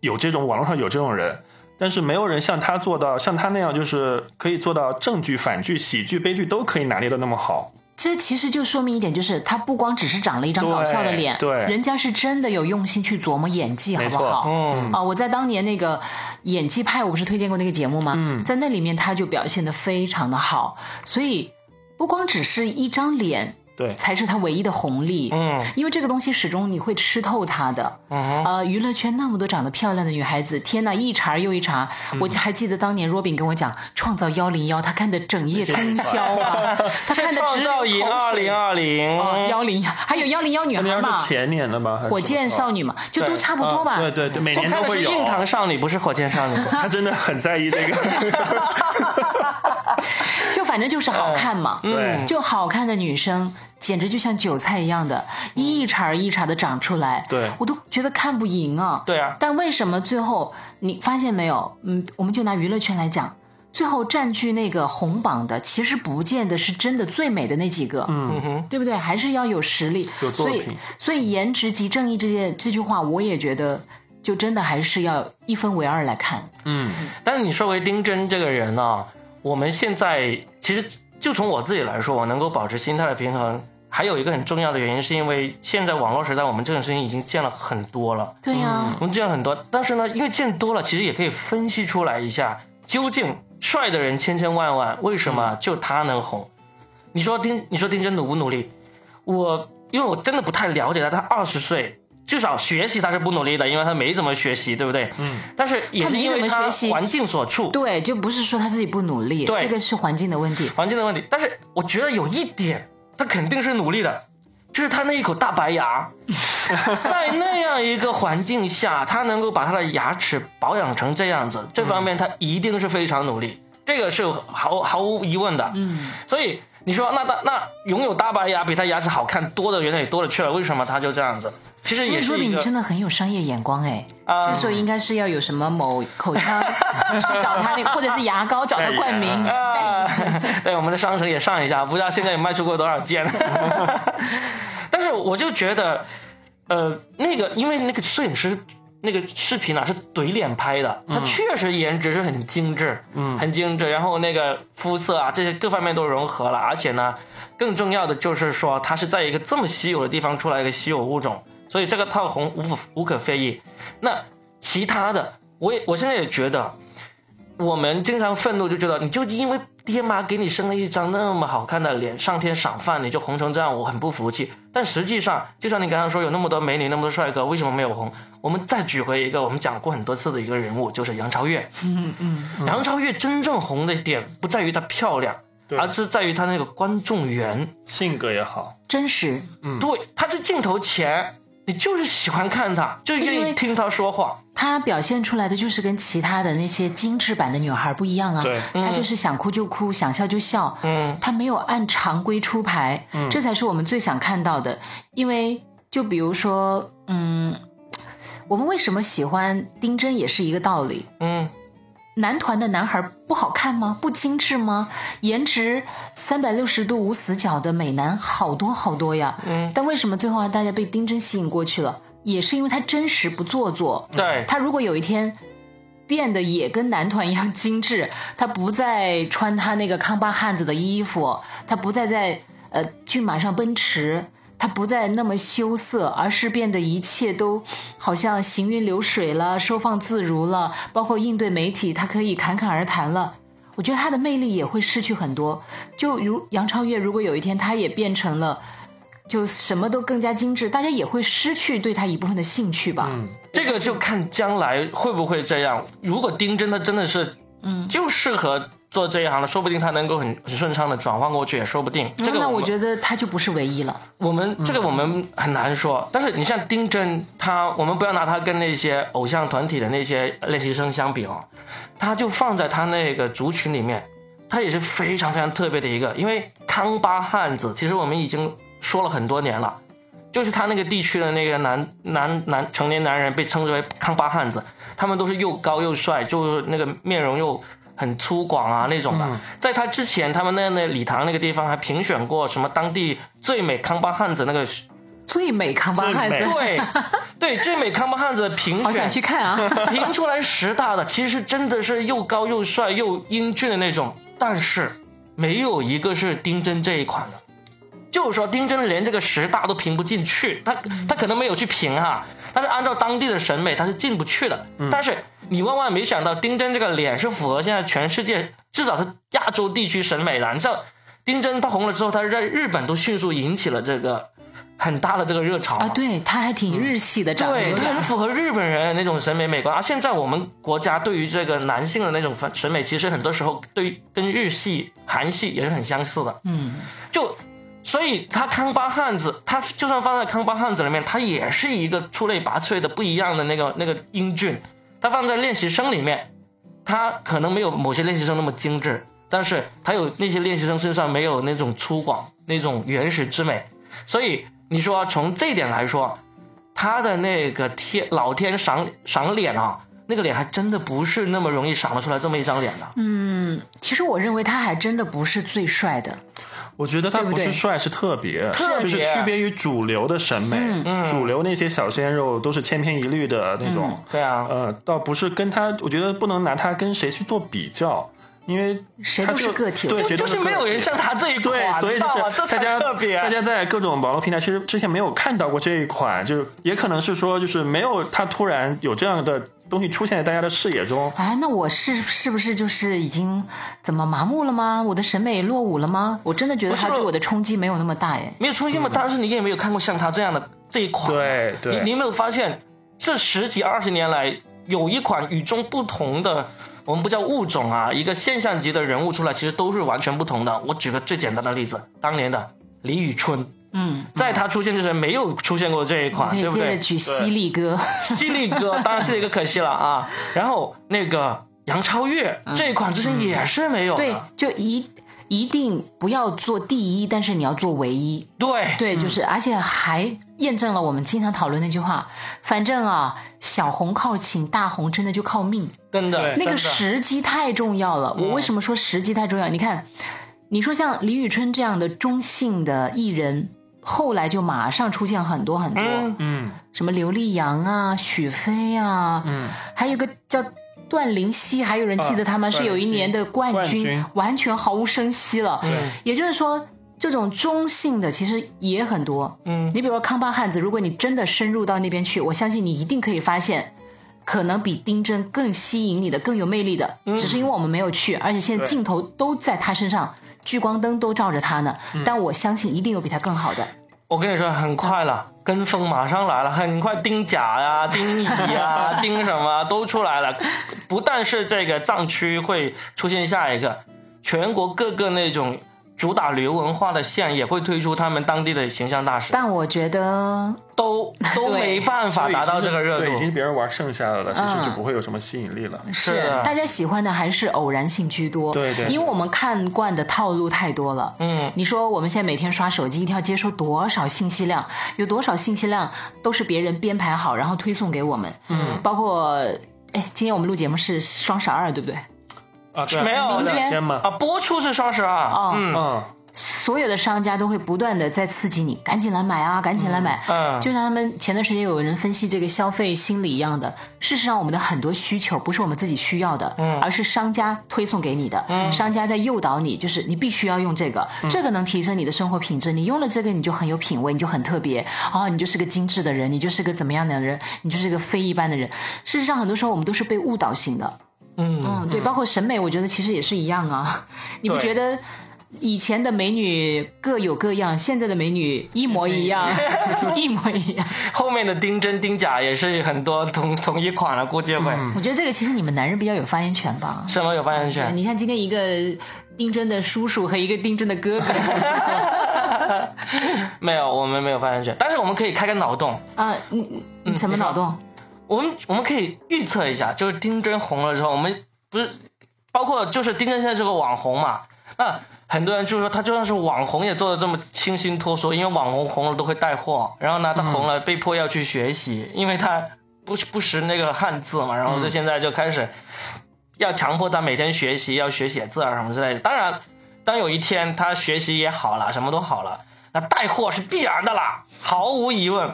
[SPEAKER 3] 有这种网络上有这种人，但是没有人像他做到像他那样，就是可以做到正剧、反剧、喜剧、悲剧都可以拿捏的那么好。
[SPEAKER 2] 这其实就说明一点，就是他不光只是长了一张搞笑的脸，
[SPEAKER 3] 对对
[SPEAKER 2] 人家是真的有用心去琢磨演技，好
[SPEAKER 3] 没
[SPEAKER 2] 不
[SPEAKER 3] 错
[SPEAKER 2] 好？嗯，啊，我在当年那个演技派，我不是推荐过那个节目吗？嗯，在那里面他就表现的非常的好，所以不光只是一张脸。
[SPEAKER 3] 对
[SPEAKER 2] 才是他唯一的红利。嗯，因为这个东西始终你会吃透它的。嗯，呃，娱乐圈那么多长得漂亮的女孩子，天哪，一茬儿又一茬。我还记得当年若饼跟我讲，《创造幺零幺》，他看的整夜通宵啊，他
[SPEAKER 4] 这
[SPEAKER 2] 看的
[SPEAKER 4] 创
[SPEAKER 2] 直流
[SPEAKER 4] 造营
[SPEAKER 2] 口
[SPEAKER 4] 二
[SPEAKER 2] 水
[SPEAKER 4] 零二零，
[SPEAKER 2] 哦，幺零还有幺零幺女
[SPEAKER 3] 那
[SPEAKER 2] 孩
[SPEAKER 3] 要
[SPEAKER 2] 嘛
[SPEAKER 3] 是，前年的吗？还是
[SPEAKER 2] 火箭
[SPEAKER 3] 什么
[SPEAKER 2] 少女嘛，就都差不多
[SPEAKER 3] 时
[SPEAKER 2] 吧
[SPEAKER 3] 候。对对对，每
[SPEAKER 4] 我
[SPEAKER 3] 年
[SPEAKER 4] 看
[SPEAKER 3] 都
[SPEAKER 4] 的
[SPEAKER 3] 会
[SPEAKER 4] 是
[SPEAKER 3] 有。啊
[SPEAKER 4] 硬糖少女，不是火箭少女。
[SPEAKER 2] (laughs)
[SPEAKER 3] 他真的很在意这个。
[SPEAKER 2] 就反正就是好看嘛。
[SPEAKER 3] 对
[SPEAKER 2] 就好看的女生，简直就像韭菜一样的，一茬儿一茬的长出来。
[SPEAKER 3] 对
[SPEAKER 2] 我都觉得看不赢啊。
[SPEAKER 3] 对啊
[SPEAKER 2] 但为什么最后你发现没有？嗯，我们就拿娱乐圈来讲，最后占据那个红榜的，其实不见得是真的最美的那几个。嗯哼，对不对？还是要有实力。
[SPEAKER 3] 有作品
[SPEAKER 2] 所以，所以颜值即正义这件这句话，我也觉得，就真的还是要一分为二来看。
[SPEAKER 4] 但是你说回丁真这个人啊，我们现在其实就从我自己来说，我能够保持心态的平衡，还有一个很重要的原因，是因为现在网络时代，我们这种事情已经见了很多了，
[SPEAKER 2] 对呀、
[SPEAKER 4] 我们见了很多。但是呢，因为见多了，其实也可以分析出来一下，究竟帅的人千千万万，为什
[SPEAKER 2] 嗯
[SPEAKER 4] 么就他能红？你说丁，你说丁真努不努力？我因为我真的不太了解他，他二十岁。至少学习他是不努力的，因为他没怎么学习，对不对？嗯。但是也
[SPEAKER 2] 他
[SPEAKER 4] 是
[SPEAKER 2] 没
[SPEAKER 4] 因
[SPEAKER 2] 怎
[SPEAKER 4] 为
[SPEAKER 2] 么
[SPEAKER 4] 他
[SPEAKER 2] 学习
[SPEAKER 4] 环境所处，
[SPEAKER 2] 对，就不是说他自己不努力，
[SPEAKER 4] 对
[SPEAKER 2] 这个是环境的问题。
[SPEAKER 4] 环境的问题。但是我觉得有一点，他肯定是努力的，就是他那一口大白牙，在那样一个环境下，他能够把他的牙齿保养成这样子，这方面他一定是非常努力，这个是毫毫无疑问的。嗯，所以。你说那那那拥有大白牙比他牙齿好看多的人也多了去了，为什么他就这样子？其实也
[SPEAKER 2] 那说
[SPEAKER 4] 是一
[SPEAKER 2] 明
[SPEAKER 4] 个
[SPEAKER 2] 真的很有商业眼光哎，
[SPEAKER 4] 啊
[SPEAKER 2] 这时候应该是要有什么某口腔 (laughs) 去找他那个，或者是牙膏找他冠名。
[SPEAKER 4] 啊， (laughs) 对，我们的商城也上一下，不知道现在有卖出过多少件。 (laughs) 但是我就觉得，呃，那个因为那个摄影师那个视频啊是怼脸拍的，他确实颜值是很精致，嗯，很精致。然后那个肤色啊这些各方面都融合了，而且呢，更重要的就是说，它是在一个这么稀有的地方出来一个稀有物种，所以这个它红无无可非议。那其他的，我也我现在也觉得。我们经常愤怒，就觉得你就因为爹妈给你生了一张那么好看的脸，上天赏饭你就红成这样，我很不服气。但实际上，就像你刚刚说，有那么多美女，那么多帅哥，为什么没有红？我们再举回一个我们讲过很多次的一个人物，就是杨超越。
[SPEAKER 2] 嗯嗯，
[SPEAKER 4] 杨超越真正红的点不在于她漂亮，
[SPEAKER 3] 对
[SPEAKER 4] 而是在于她那个观众缘。
[SPEAKER 3] 性格也好，
[SPEAKER 2] 真实，
[SPEAKER 4] 对，她在镜头前，你就是喜欢看她，就
[SPEAKER 2] 因
[SPEAKER 4] 愿
[SPEAKER 2] 为
[SPEAKER 4] 意听她说话。
[SPEAKER 2] 她表现出来的就是跟其他的那些精致版的女孩不一样啊。
[SPEAKER 3] 对
[SPEAKER 2] 她就是想哭就哭，想笑就笑。
[SPEAKER 4] 嗯，
[SPEAKER 2] 她没有按常规出牌，这才是我们最想看到的。因为就比如说，嗯，我们为什么喜欢丁真也是一个道理。
[SPEAKER 4] 嗯，
[SPEAKER 2] 男团的男孩不好看吗？不精致吗？颜值三百六十度无死角的美男好多好多呀。嗯，但为什么最后大家被丁真吸引过去了？也是因为他真实不做作。
[SPEAKER 4] 对，
[SPEAKER 2] 他如果有一天变得也跟男团一样精致，他不再穿他那个康巴汉子的衣服，他不再在呃骏马上奔驰，他不再那么羞涩，而是变得一切都好像行云流水了，收放自如了，包括应对媒体，他可以侃侃而谈了。我觉得他的魅力也会失去很多，就如杨超越，如果有一天他也变成了，就什么都更加精致，大家也会失去对他一部分的兴趣吧。
[SPEAKER 4] 这个就看将来会不会这样。如果丁真他真的是，嗯，就适合做这一行了，说不定他能够很很顺畅的转换过去，也说不定。这个
[SPEAKER 2] 嗯那
[SPEAKER 4] 我
[SPEAKER 2] 我
[SPEAKER 4] 们
[SPEAKER 2] 觉得他就不是唯一了。
[SPEAKER 4] 我们这个我们很难说，但是你像丁真，他我们不要拿他跟那些偶像团体的那些练习生相比哦，他就放在他那个族群里面，他也是非常非常特别的一个，因为康巴汉子，其实我们已经说了很多年了，就是他那个地区的那个男男男成年男人被称之为康巴汉子，他们都是又高又帅，就是那个面容又很粗犷啊那种的。
[SPEAKER 2] 嗯
[SPEAKER 4] 在他之前，他们那那礼堂那个地方还评选过什么当地最美康巴汉子
[SPEAKER 2] (laughs)
[SPEAKER 4] 那个，
[SPEAKER 2] 最美康巴汉
[SPEAKER 3] 最
[SPEAKER 2] 子
[SPEAKER 3] 美，
[SPEAKER 4] 对对，最美康巴汉子的评
[SPEAKER 2] 好想
[SPEAKER 4] 选
[SPEAKER 2] 去看
[SPEAKER 4] (laughs)
[SPEAKER 2] 啊！
[SPEAKER 4] 评出来十大的，其实真的是又高又帅又英俊的那种，但是没有一个是丁真这一款的。就是说，丁真连这个十大都评不进去，他他可能没有去评哈，但是按照当地的审美，他是进不去的。但是你万万没想到，丁真这个脸是符合现在全世界至少是亚洲地区审美的。你知道，丁真他红了之后，他在日本都迅速引起了这个很大的这个热潮嘛
[SPEAKER 2] 啊，对，他还挺日系的，长得
[SPEAKER 4] 对，
[SPEAKER 2] 有
[SPEAKER 4] 它
[SPEAKER 2] 点
[SPEAKER 4] 很符合日本人那种审美美观。而、现在我们国家对于这个男性的那种审美，其实很多时候对于跟日系、韩系也是很相似的。嗯，就所以他康巴汉子，他就算放在康巴汉子里面，他也是一个出类拔萃的、不一样的那个那个英俊。他放在练习生里面，他可能没有某些练习生那么精致，但是他有那些练习生身上没有那种粗犷、那种原始之美，所以你说从这一点来说，他的那个天老天赏赏脸啊，那个脸还真的不是那么容易赏得出来这么一张脸的。
[SPEAKER 2] 嗯其实我认为他还真的不是最帅的，
[SPEAKER 3] 我觉得他
[SPEAKER 2] 对
[SPEAKER 3] 不
[SPEAKER 2] 不
[SPEAKER 3] 是
[SPEAKER 2] 对
[SPEAKER 3] 帅，是特别，
[SPEAKER 4] 特
[SPEAKER 3] 就是
[SPEAKER 4] 别
[SPEAKER 3] 区别于主流的审美。
[SPEAKER 2] 嗯
[SPEAKER 3] 主流那些小鲜肉都是千篇一律的那种，
[SPEAKER 2] 嗯
[SPEAKER 4] 对啊，
[SPEAKER 3] 呃，倒不是跟他，我觉得不能拿他跟谁去做比较，因为
[SPEAKER 2] 谁
[SPEAKER 3] 他
[SPEAKER 2] 都是
[SPEAKER 3] 就
[SPEAKER 2] 个体
[SPEAKER 3] 对，啊
[SPEAKER 2] 就
[SPEAKER 3] 谁
[SPEAKER 4] 就
[SPEAKER 3] 都
[SPEAKER 4] 是
[SPEAKER 3] 个
[SPEAKER 4] 没有人
[SPEAKER 3] 体
[SPEAKER 4] 像他这一款，
[SPEAKER 3] 对，所以
[SPEAKER 4] 知道
[SPEAKER 3] 就
[SPEAKER 4] 吗？这
[SPEAKER 3] 是大
[SPEAKER 4] 才
[SPEAKER 3] 家
[SPEAKER 4] 特别。啊
[SPEAKER 3] 大家嗯在各种网络平台，其实之前没有看到过这一款，就是也可能是说，就是没有他突然有这样的东西出现在大家的视野中。
[SPEAKER 2] 哎，那我是是不是就是已经怎么麻木了吗？我的审美落伍了吗？我真的觉得
[SPEAKER 4] 不是
[SPEAKER 2] 他对我的冲击没有那么大耶。
[SPEAKER 4] 没有冲击嘛，但是你也没有看过像他这样的这一款。
[SPEAKER 3] 对对
[SPEAKER 4] 你你有没有发现，这十几二十年来，有一款与众不同的，我们不叫物种啊，一个现象级的人物出来，其实都是完全不同的。我举个最简单的例子，当年的李宇春，
[SPEAKER 2] 嗯，
[SPEAKER 4] 在他出现之前没有出现过这一款，
[SPEAKER 2] 可以
[SPEAKER 4] 对不
[SPEAKER 2] 接着
[SPEAKER 4] 对？
[SPEAKER 2] 举犀利哥，
[SPEAKER 4] 犀利哥，当然犀利哥可惜
[SPEAKER 2] (laughs)
[SPEAKER 4] 了啊。然后那个杨超越、这一款之前也是没有的，
[SPEAKER 2] 嗯对，就一一定不要做第一，但是你要做唯一。
[SPEAKER 4] 对
[SPEAKER 2] 对，就是，
[SPEAKER 4] 嗯
[SPEAKER 2] 而且还验证了我们经常讨论那句话，反正啊，小红靠请，大红真的就靠命。
[SPEAKER 4] 真的
[SPEAKER 2] 那
[SPEAKER 3] 对
[SPEAKER 4] 真
[SPEAKER 2] 个
[SPEAKER 4] 的嗯
[SPEAKER 2] 时机太重要了。我为什么说时机太重要？你看，你说像李宇春这样的中性的艺人，后来就马上出现很多很多，
[SPEAKER 4] 嗯
[SPEAKER 3] 嗯，
[SPEAKER 2] 什么刘力扬啊、许飞啊，嗯，还有一个叫。段灵溪，还有人记得他吗？
[SPEAKER 3] 啊
[SPEAKER 2] 是有一年的冠军，
[SPEAKER 3] 冠军
[SPEAKER 2] 完全毫无声息了。也就是说，这种中性的其实也很多。嗯，你比如说康巴汉子，如果你真的深入到那边去，我相信你一定可以发现，可能比丁真更吸引你的、更有魅力的，
[SPEAKER 3] 嗯
[SPEAKER 2] 只是因为我们没有去，而且现在镜头都在他身上，聚光灯都照着他呢。
[SPEAKER 3] 嗯
[SPEAKER 2] 但我相信一定有比他更好的。
[SPEAKER 4] 我跟你说，很快了，跟风马上来了，很快丁甲呀、
[SPEAKER 2] (laughs)
[SPEAKER 4] 丁乙呀、丁什么都出来了。不但是这个藏区会出现下一个，全国各个那种主打旅游文化的县也会推出他们当地的形象大使，
[SPEAKER 2] 但我觉得
[SPEAKER 4] 都都
[SPEAKER 2] 对
[SPEAKER 4] 没办法达到这个热
[SPEAKER 3] 对，已经
[SPEAKER 4] 度。
[SPEAKER 3] 是别人玩剩下的了，其实
[SPEAKER 2] 嗯
[SPEAKER 3] 就不会有什么吸引力了。
[SPEAKER 4] 是的
[SPEAKER 2] 大家喜欢的还是偶然性居多。
[SPEAKER 3] 对对对
[SPEAKER 2] 因为我们看惯的套路太多了。
[SPEAKER 4] 嗯，
[SPEAKER 2] 你说我们现在每天刷手机，一定要接收多少信息量？有多少信息量都是别人编排好，然后推送给我们？嗯，包括哎，今天我们录节目是双十二，对不对？
[SPEAKER 3] 啊，对
[SPEAKER 4] 没有
[SPEAKER 2] 明天
[SPEAKER 3] 天嘛，
[SPEAKER 4] 啊，播出是双十二，
[SPEAKER 2] 哦
[SPEAKER 4] 嗯，
[SPEAKER 3] 嗯，
[SPEAKER 2] 所有的商家都会不断的在刺激你，赶紧来买啊，赶紧来买。
[SPEAKER 4] 嗯嗯
[SPEAKER 2] 就像他们前段时间有人分析这个消费心理一样的，事实上我们的很多需求不是我们自己需要的，而是商家推送给你的，商家在诱导你，就是你必须要用这个，这个能提升你的生活品质，你用了这个你就很有品味，你就很特别，哦，你就是个精致的人，你就是个怎么样的人，你就是个非一般的人。事实上，很多时候我们都是被误导型的。嗯，对，包括审美，我觉得其实也是一样啊。你不
[SPEAKER 4] 对
[SPEAKER 2] 觉得以前的美女各有各样，现在的美女一模一样，一模一样？
[SPEAKER 4] 后面的丁真、丁甲也是很多同同一款了，估计会。
[SPEAKER 2] 我觉得这个其实你们男人比较有发言权吧。
[SPEAKER 4] 什么有发言权？ (laughs)
[SPEAKER 2] 你看今天一个丁真的叔叔和一个丁真的哥哥， (laughs)
[SPEAKER 4] 没有，我们没有发言权，但是我们可以开个脑洞。
[SPEAKER 2] 啊，你你什么脑洞？
[SPEAKER 4] 我们我们可以预测一下，就是丁真红了之后，我们不是包括就是丁真现在是个网红嘛？那很多人就说他就算是网红也做的这么清新脱俗，因为网红红了都会带货，然后呢他红了被迫要去学习，因为他不不识那个汉字嘛，然后就现在就开始要强迫他每天学习，要学写字啊什么之类的。当然，当有一天他学习也好了，什么都好了，那带货是必然的啦，毫无疑问。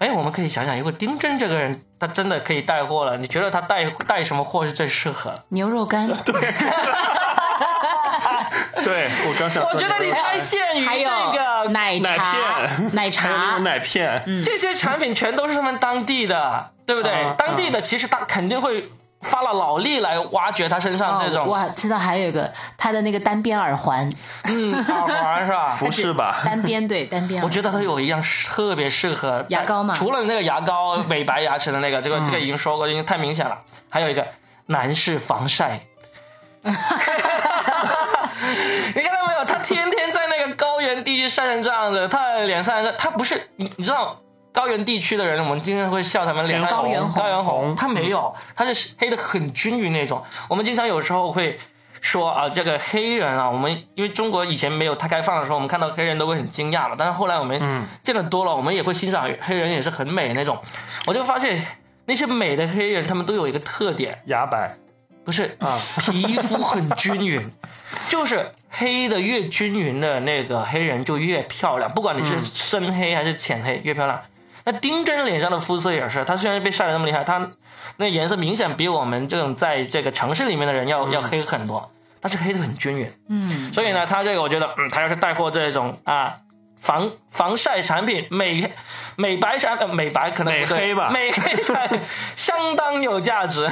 [SPEAKER 4] 哎，我们可以想想，如果丁真这个人，他真的可以带货了，你觉得他带带什么货是最适合？
[SPEAKER 2] 牛肉干，
[SPEAKER 3] 对我刚想说，
[SPEAKER 4] 我觉得你太限
[SPEAKER 2] (laughs)
[SPEAKER 4] 于
[SPEAKER 2] 还
[SPEAKER 4] 这
[SPEAKER 2] 有
[SPEAKER 4] 个
[SPEAKER 2] 奶
[SPEAKER 3] 奶
[SPEAKER 2] 茶，
[SPEAKER 3] 片，
[SPEAKER 2] 奶
[SPEAKER 3] 还有那
[SPEAKER 2] 茶
[SPEAKER 3] 种，奶片，嗯，
[SPEAKER 4] 这些产品全都是他们当地的，对不对？
[SPEAKER 2] 哦
[SPEAKER 3] 嗯
[SPEAKER 4] 当地的其实他肯定会发了脑力来挖掘他身上这
[SPEAKER 2] 哦，
[SPEAKER 4] 种、
[SPEAKER 2] 我知道还有一个他的那个单边耳环，
[SPEAKER 4] 嗯耳环是吧？
[SPEAKER 3] 不是吧？
[SPEAKER 2] 单边对单边耳环，
[SPEAKER 4] 我觉得它有一样特别适合
[SPEAKER 2] 牙膏嘛嗯
[SPEAKER 4] 除了那个牙膏美白牙齿的那个，这个这个已经说过，因为太明显了。还有一个男士防晒，
[SPEAKER 2] (laughs)
[SPEAKER 4] 你看到没有？他天天在那个高原地区晒成这样子，他的脸晒成这，他不是你你知道。高原地区的人，我们经常会笑他们脸
[SPEAKER 2] 高原红嗯
[SPEAKER 4] 高原红，他没有，他是黑的很均匀那种。我们经常有时候会说啊，这个黑人啊，我们因为中国以前没有它开放的时候，我们看到黑人都会很惊讶嘛。但是后来我们
[SPEAKER 2] 嗯
[SPEAKER 4] 见的多了，我们也会欣赏黑人也是很美那种。我就发现那些美的黑人，他们都有一个特点，
[SPEAKER 3] 牙白，
[SPEAKER 4] 不是啊，皮肤很均
[SPEAKER 3] (laughs)
[SPEAKER 4] 匀，就是黑的越均匀的那个黑人就越漂亮，不管你是
[SPEAKER 3] 嗯
[SPEAKER 4] 深黑还是浅黑，越漂亮。那丁真脸上的肤色也是，他虽然被晒得那么厉害，他那颜色明显比我们这种在这个城市里面的人
[SPEAKER 3] 嗯
[SPEAKER 4] 要、要黑很多，但是黑的很均匀。
[SPEAKER 2] 嗯，
[SPEAKER 4] 所以呢，他这个我觉得，嗯，他要是带货这种啊防防晒产品、美美白产、呃、美白可能不
[SPEAKER 3] 美
[SPEAKER 4] 对
[SPEAKER 3] 黑吧
[SPEAKER 4] 美黑产
[SPEAKER 3] (laughs)
[SPEAKER 4] 品相当有价值。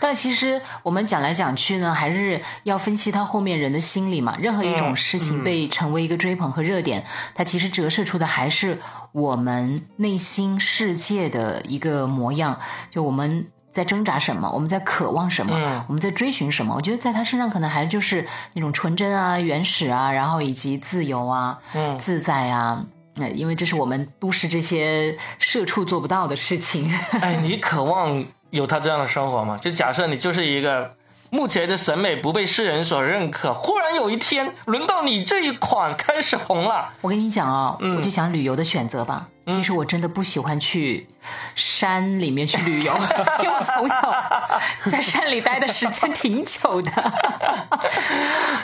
[SPEAKER 2] 但其实我们讲来讲去呢，还是要分析他后面人的心理嘛。任何一种
[SPEAKER 4] 嗯
[SPEAKER 2] 事情被成为一个追捧和热点，它其实折射出的还是我们内心世界的一个模样。就我们在挣扎什么，我们在渴望什么，
[SPEAKER 4] 嗯
[SPEAKER 2] 我们在追寻什么。我觉得在他身上可能还就是那种纯真啊、原始啊，然后以及自由啊、
[SPEAKER 4] 嗯
[SPEAKER 2] 自在啊。那因为这是我们都市这些社畜做不到的事情。
[SPEAKER 4] 哎，你渴望有他这样的生活吗？就假设你就是一个目前的审美不被世人所认可，忽然有一天轮到你这一款开始红了，
[SPEAKER 2] 我跟你讲啊、我就讲旅游的选择吧。其实我真的不喜欢去山里面去旅游，因为我从小在山里待的时间挺久的。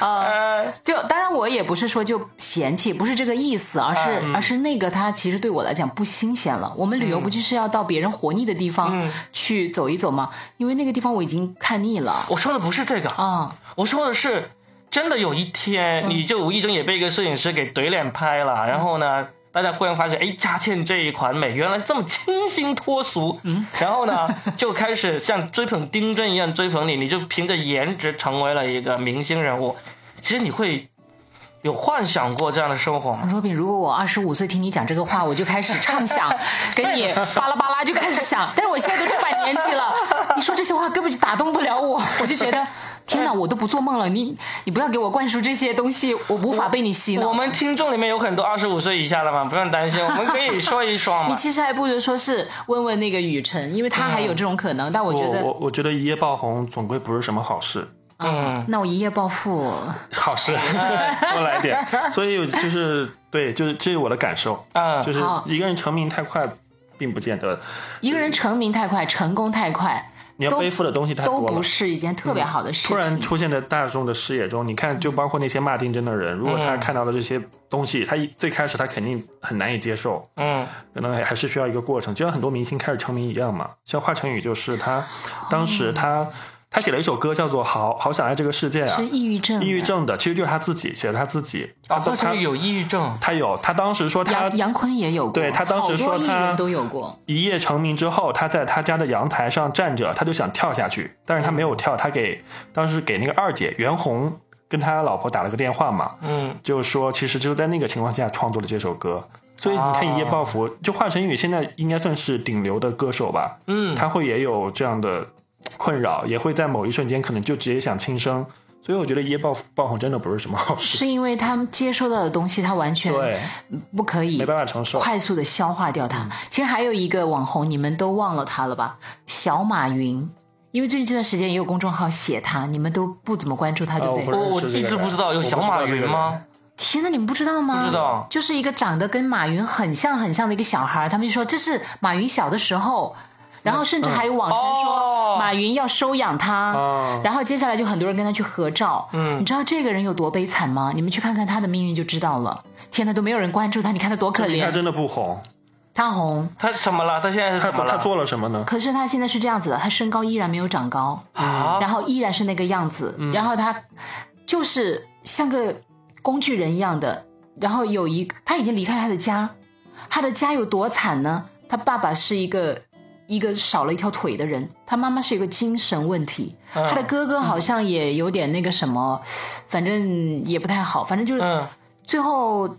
[SPEAKER 2] 呃，就当然我也不是说就嫌弃，不是这个意思，而是、而是那个它其实对我来讲不新鲜了。我们旅游不就是要到别人活腻的地方去走一走吗？因为那个地方我已经看腻了
[SPEAKER 4] 我说的不是这个，
[SPEAKER 2] 啊。
[SPEAKER 4] 我说的是，真的有一
[SPEAKER 2] 嗯
[SPEAKER 4] 天，你就无意中也被一个摄影师给怼脸拍了，然后呢，大家忽然发现，哎，佳倩这一款美原来这么清新脱俗，嗯，然
[SPEAKER 2] (laughs)
[SPEAKER 4] 后呢，就开始像追捧丁真一样追捧你，你就凭着颜值成为了一个明星人物。其实你会有幻想过这样的生活吗？
[SPEAKER 2] 若饼，如果我二十五岁听你讲这个话，我就开始畅想，跟你巴拉巴拉就开始想。但是我现在都这把年纪了，你说这些话根本就打动不了我，我就觉得天哪，我都不做梦了。你你不要给我灌输这些东西，我无法被你洗脑。
[SPEAKER 4] 我们听众里面有很多二十五岁以下的嘛，不用
[SPEAKER 2] (laughs)
[SPEAKER 4] 担心，我们可以说一说
[SPEAKER 2] 你
[SPEAKER 4] 嘛。
[SPEAKER 2] 其实还不如说是问问那个雨辰，因为他还有这种可能。但我
[SPEAKER 3] 我
[SPEAKER 2] 觉
[SPEAKER 3] 我
[SPEAKER 2] 得，
[SPEAKER 3] 我觉得一夜爆红总归不是什么好事，
[SPEAKER 4] 嗯，
[SPEAKER 2] 那我一夜暴富，
[SPEAKER 3] 好事多来点。所以就是对，就是这是我的感受，
[SPEAKER 4] 嗯
[SPEAKER 3] 就是
[SPEAKER 2] 好
[SPEAKER 3] 一个人成名太快，并不见得
[SPEAKER 2] 一个人成名太快，成功太快，
[SPEAKER 3] 你要
[SPEAKER 2] 都
[SPEAKER 3] 背负的东西太
[SPEAKER 2] 都
[SPEAKER 3] 多了
[SPEAKER 2] 不。是一件特别好的事
[SPEAKER 3] 突然
[SPEAKER 2] 情。
[SPEAKER 3] 出现在大众的视野中，你看，就包括那些骂丁真的人，如果他看到了这些东西，他一最开始他肯定很难以接受，
[SPEAKER 4] 嗯，
[SPEAKER 3] 可能还还是需要一个过程，就像很多明星开始成名一样嘛。像华晨宇就是他，当
[SPEAKER 2] 嗯
[SPEAKER 3] 时他、他写了一首歌叫做《好好想爱这个世界》啊
[SPEAKER 2] 是，抑郁症的，哦
[SPEAKER 3] 抑郁症的，其实就是他自己写的，他自己。
[SPEAKER 4] 啊，
[SPEAKER 3] 他
[SPEAKER 4] 为什
[SPEAKER 3] 他
[SPEAKER 4] 么有抑郁症？
[SPEAKER 3] 他有，他当时说他
[SPEAKER 2] 杨杨坤也有过，
[SPEAKER 3] 对他当时
[SPEAKER 2] 好
[SPEAKER 3] 说
[SPEAKER 2] 多艺
[SPEAKER 3] 他
[SPEAKER 2] 人都有过。
[SPEAKER 3] 一夜成名之后，他在他家的阳台上站着，他就想跳下去，但是他没有跳，他给当时给那个二姐袁弘跟他老婆打了个电话嘛，
[SPEAKER 4] 嗯，
[SPEAKER 3] 就是说其实就在那个情况下创作了这首歌。所以你看，一夜暴富，就华晨宇现在应该算是顶流的歌手吧，
[SPEAKER 4] 嗯
[SPEAKER 3] 他会也有这样的困扰，也会在某一瞬间可能就直接想轻生。所以我觉得一夜暴富爆红真的不是什么好事，
[SPEAKER 2] 是因为他们接收到的东西，他完全
[SPEAKER 3] 对，
[SPEAKER 2] 不可以
[SPEAKER 3] 没办法承受。
[SPEAKER 2] 快速的消化掉它。其实还有一个网红，你们都忘了他了吧？小马云，因为最近这段时间也有公众号写他，你们都不怎么关注他，对
[SPEAKER 3] 啊
[SPEAKER 2] 不
[SPEAKER 3] 我
[SPEAKER 2] 对？
[SPEAKER 3] 不
[SPEAKER 4] 我
[SPEAKER 3] 认
[SPEAKER 4] 我
[SPEAKER 3] 识这
[SPEAKER 4] 一
[SPEAKER 3] 个
[SPEAKER 4] 直
[SPEAKER 3] 人
[SPEAKER 4] 不知道有
[SPEAKER 3] 我不
[SPEAKER 4] 小
[SPEAKER 3] 知道
[SPEAKER 4] 马
[SPEAKER 3] 这个
[SPEAKER 4] 云
[SPEAKER 3] 人
[SPEAKER 4] 吗？
[SPEAKER 2] 天呐，你们不知道吗？
[SPEAKER 4] 不知道
[SPEAKER 2] 就是一个长得跟马云很像很像的一个小孩，他们就说这是马云小的时候。然后甚至还有网传
[SPEAKER 4] 哦嗯
[SPEAKER 2] 说马云要收养他，
[SPEAKER 3] 哦
[SPEAKER 2] 然后接下来就很多人跟他去合照。嗯，你知道这个人有多悲惨吗？你们去看看他的命运就知道了。天呐，都没有人关注他，你看他多可
[SPEAKER 3] 他
[SPEAKER 2] 怜。
[SPEAKER 3] 真的不红，
[SPEAKER 2] 他红，
[SPEAKER 4] 他怎么了？他现在是
[SPEAKER 3] 他
[SPEAKER 4] 怎么
[SPEAKER 3] 他
[SPEAKER 4] 了？
[SPEAKER 3] 做了什么呢？
[SPEAKER 2] 可是他现在是这样子的，他身高依然没有长高，
[SPEAKER 4] 啊
[SPEAKER 2] 然后依然是那个样子，然后他就是像个工具人一样的，然后有一他已经离开他的家，他的家有多惨呢？他爸爸是一个一个少了一条腿的人，他妈妈是有个精神问题，他的哥哥好像也有点那个什么，反正也不太好，反正就是
[SPEAKER 4] 嗯，
[SPEAKER 2] 最后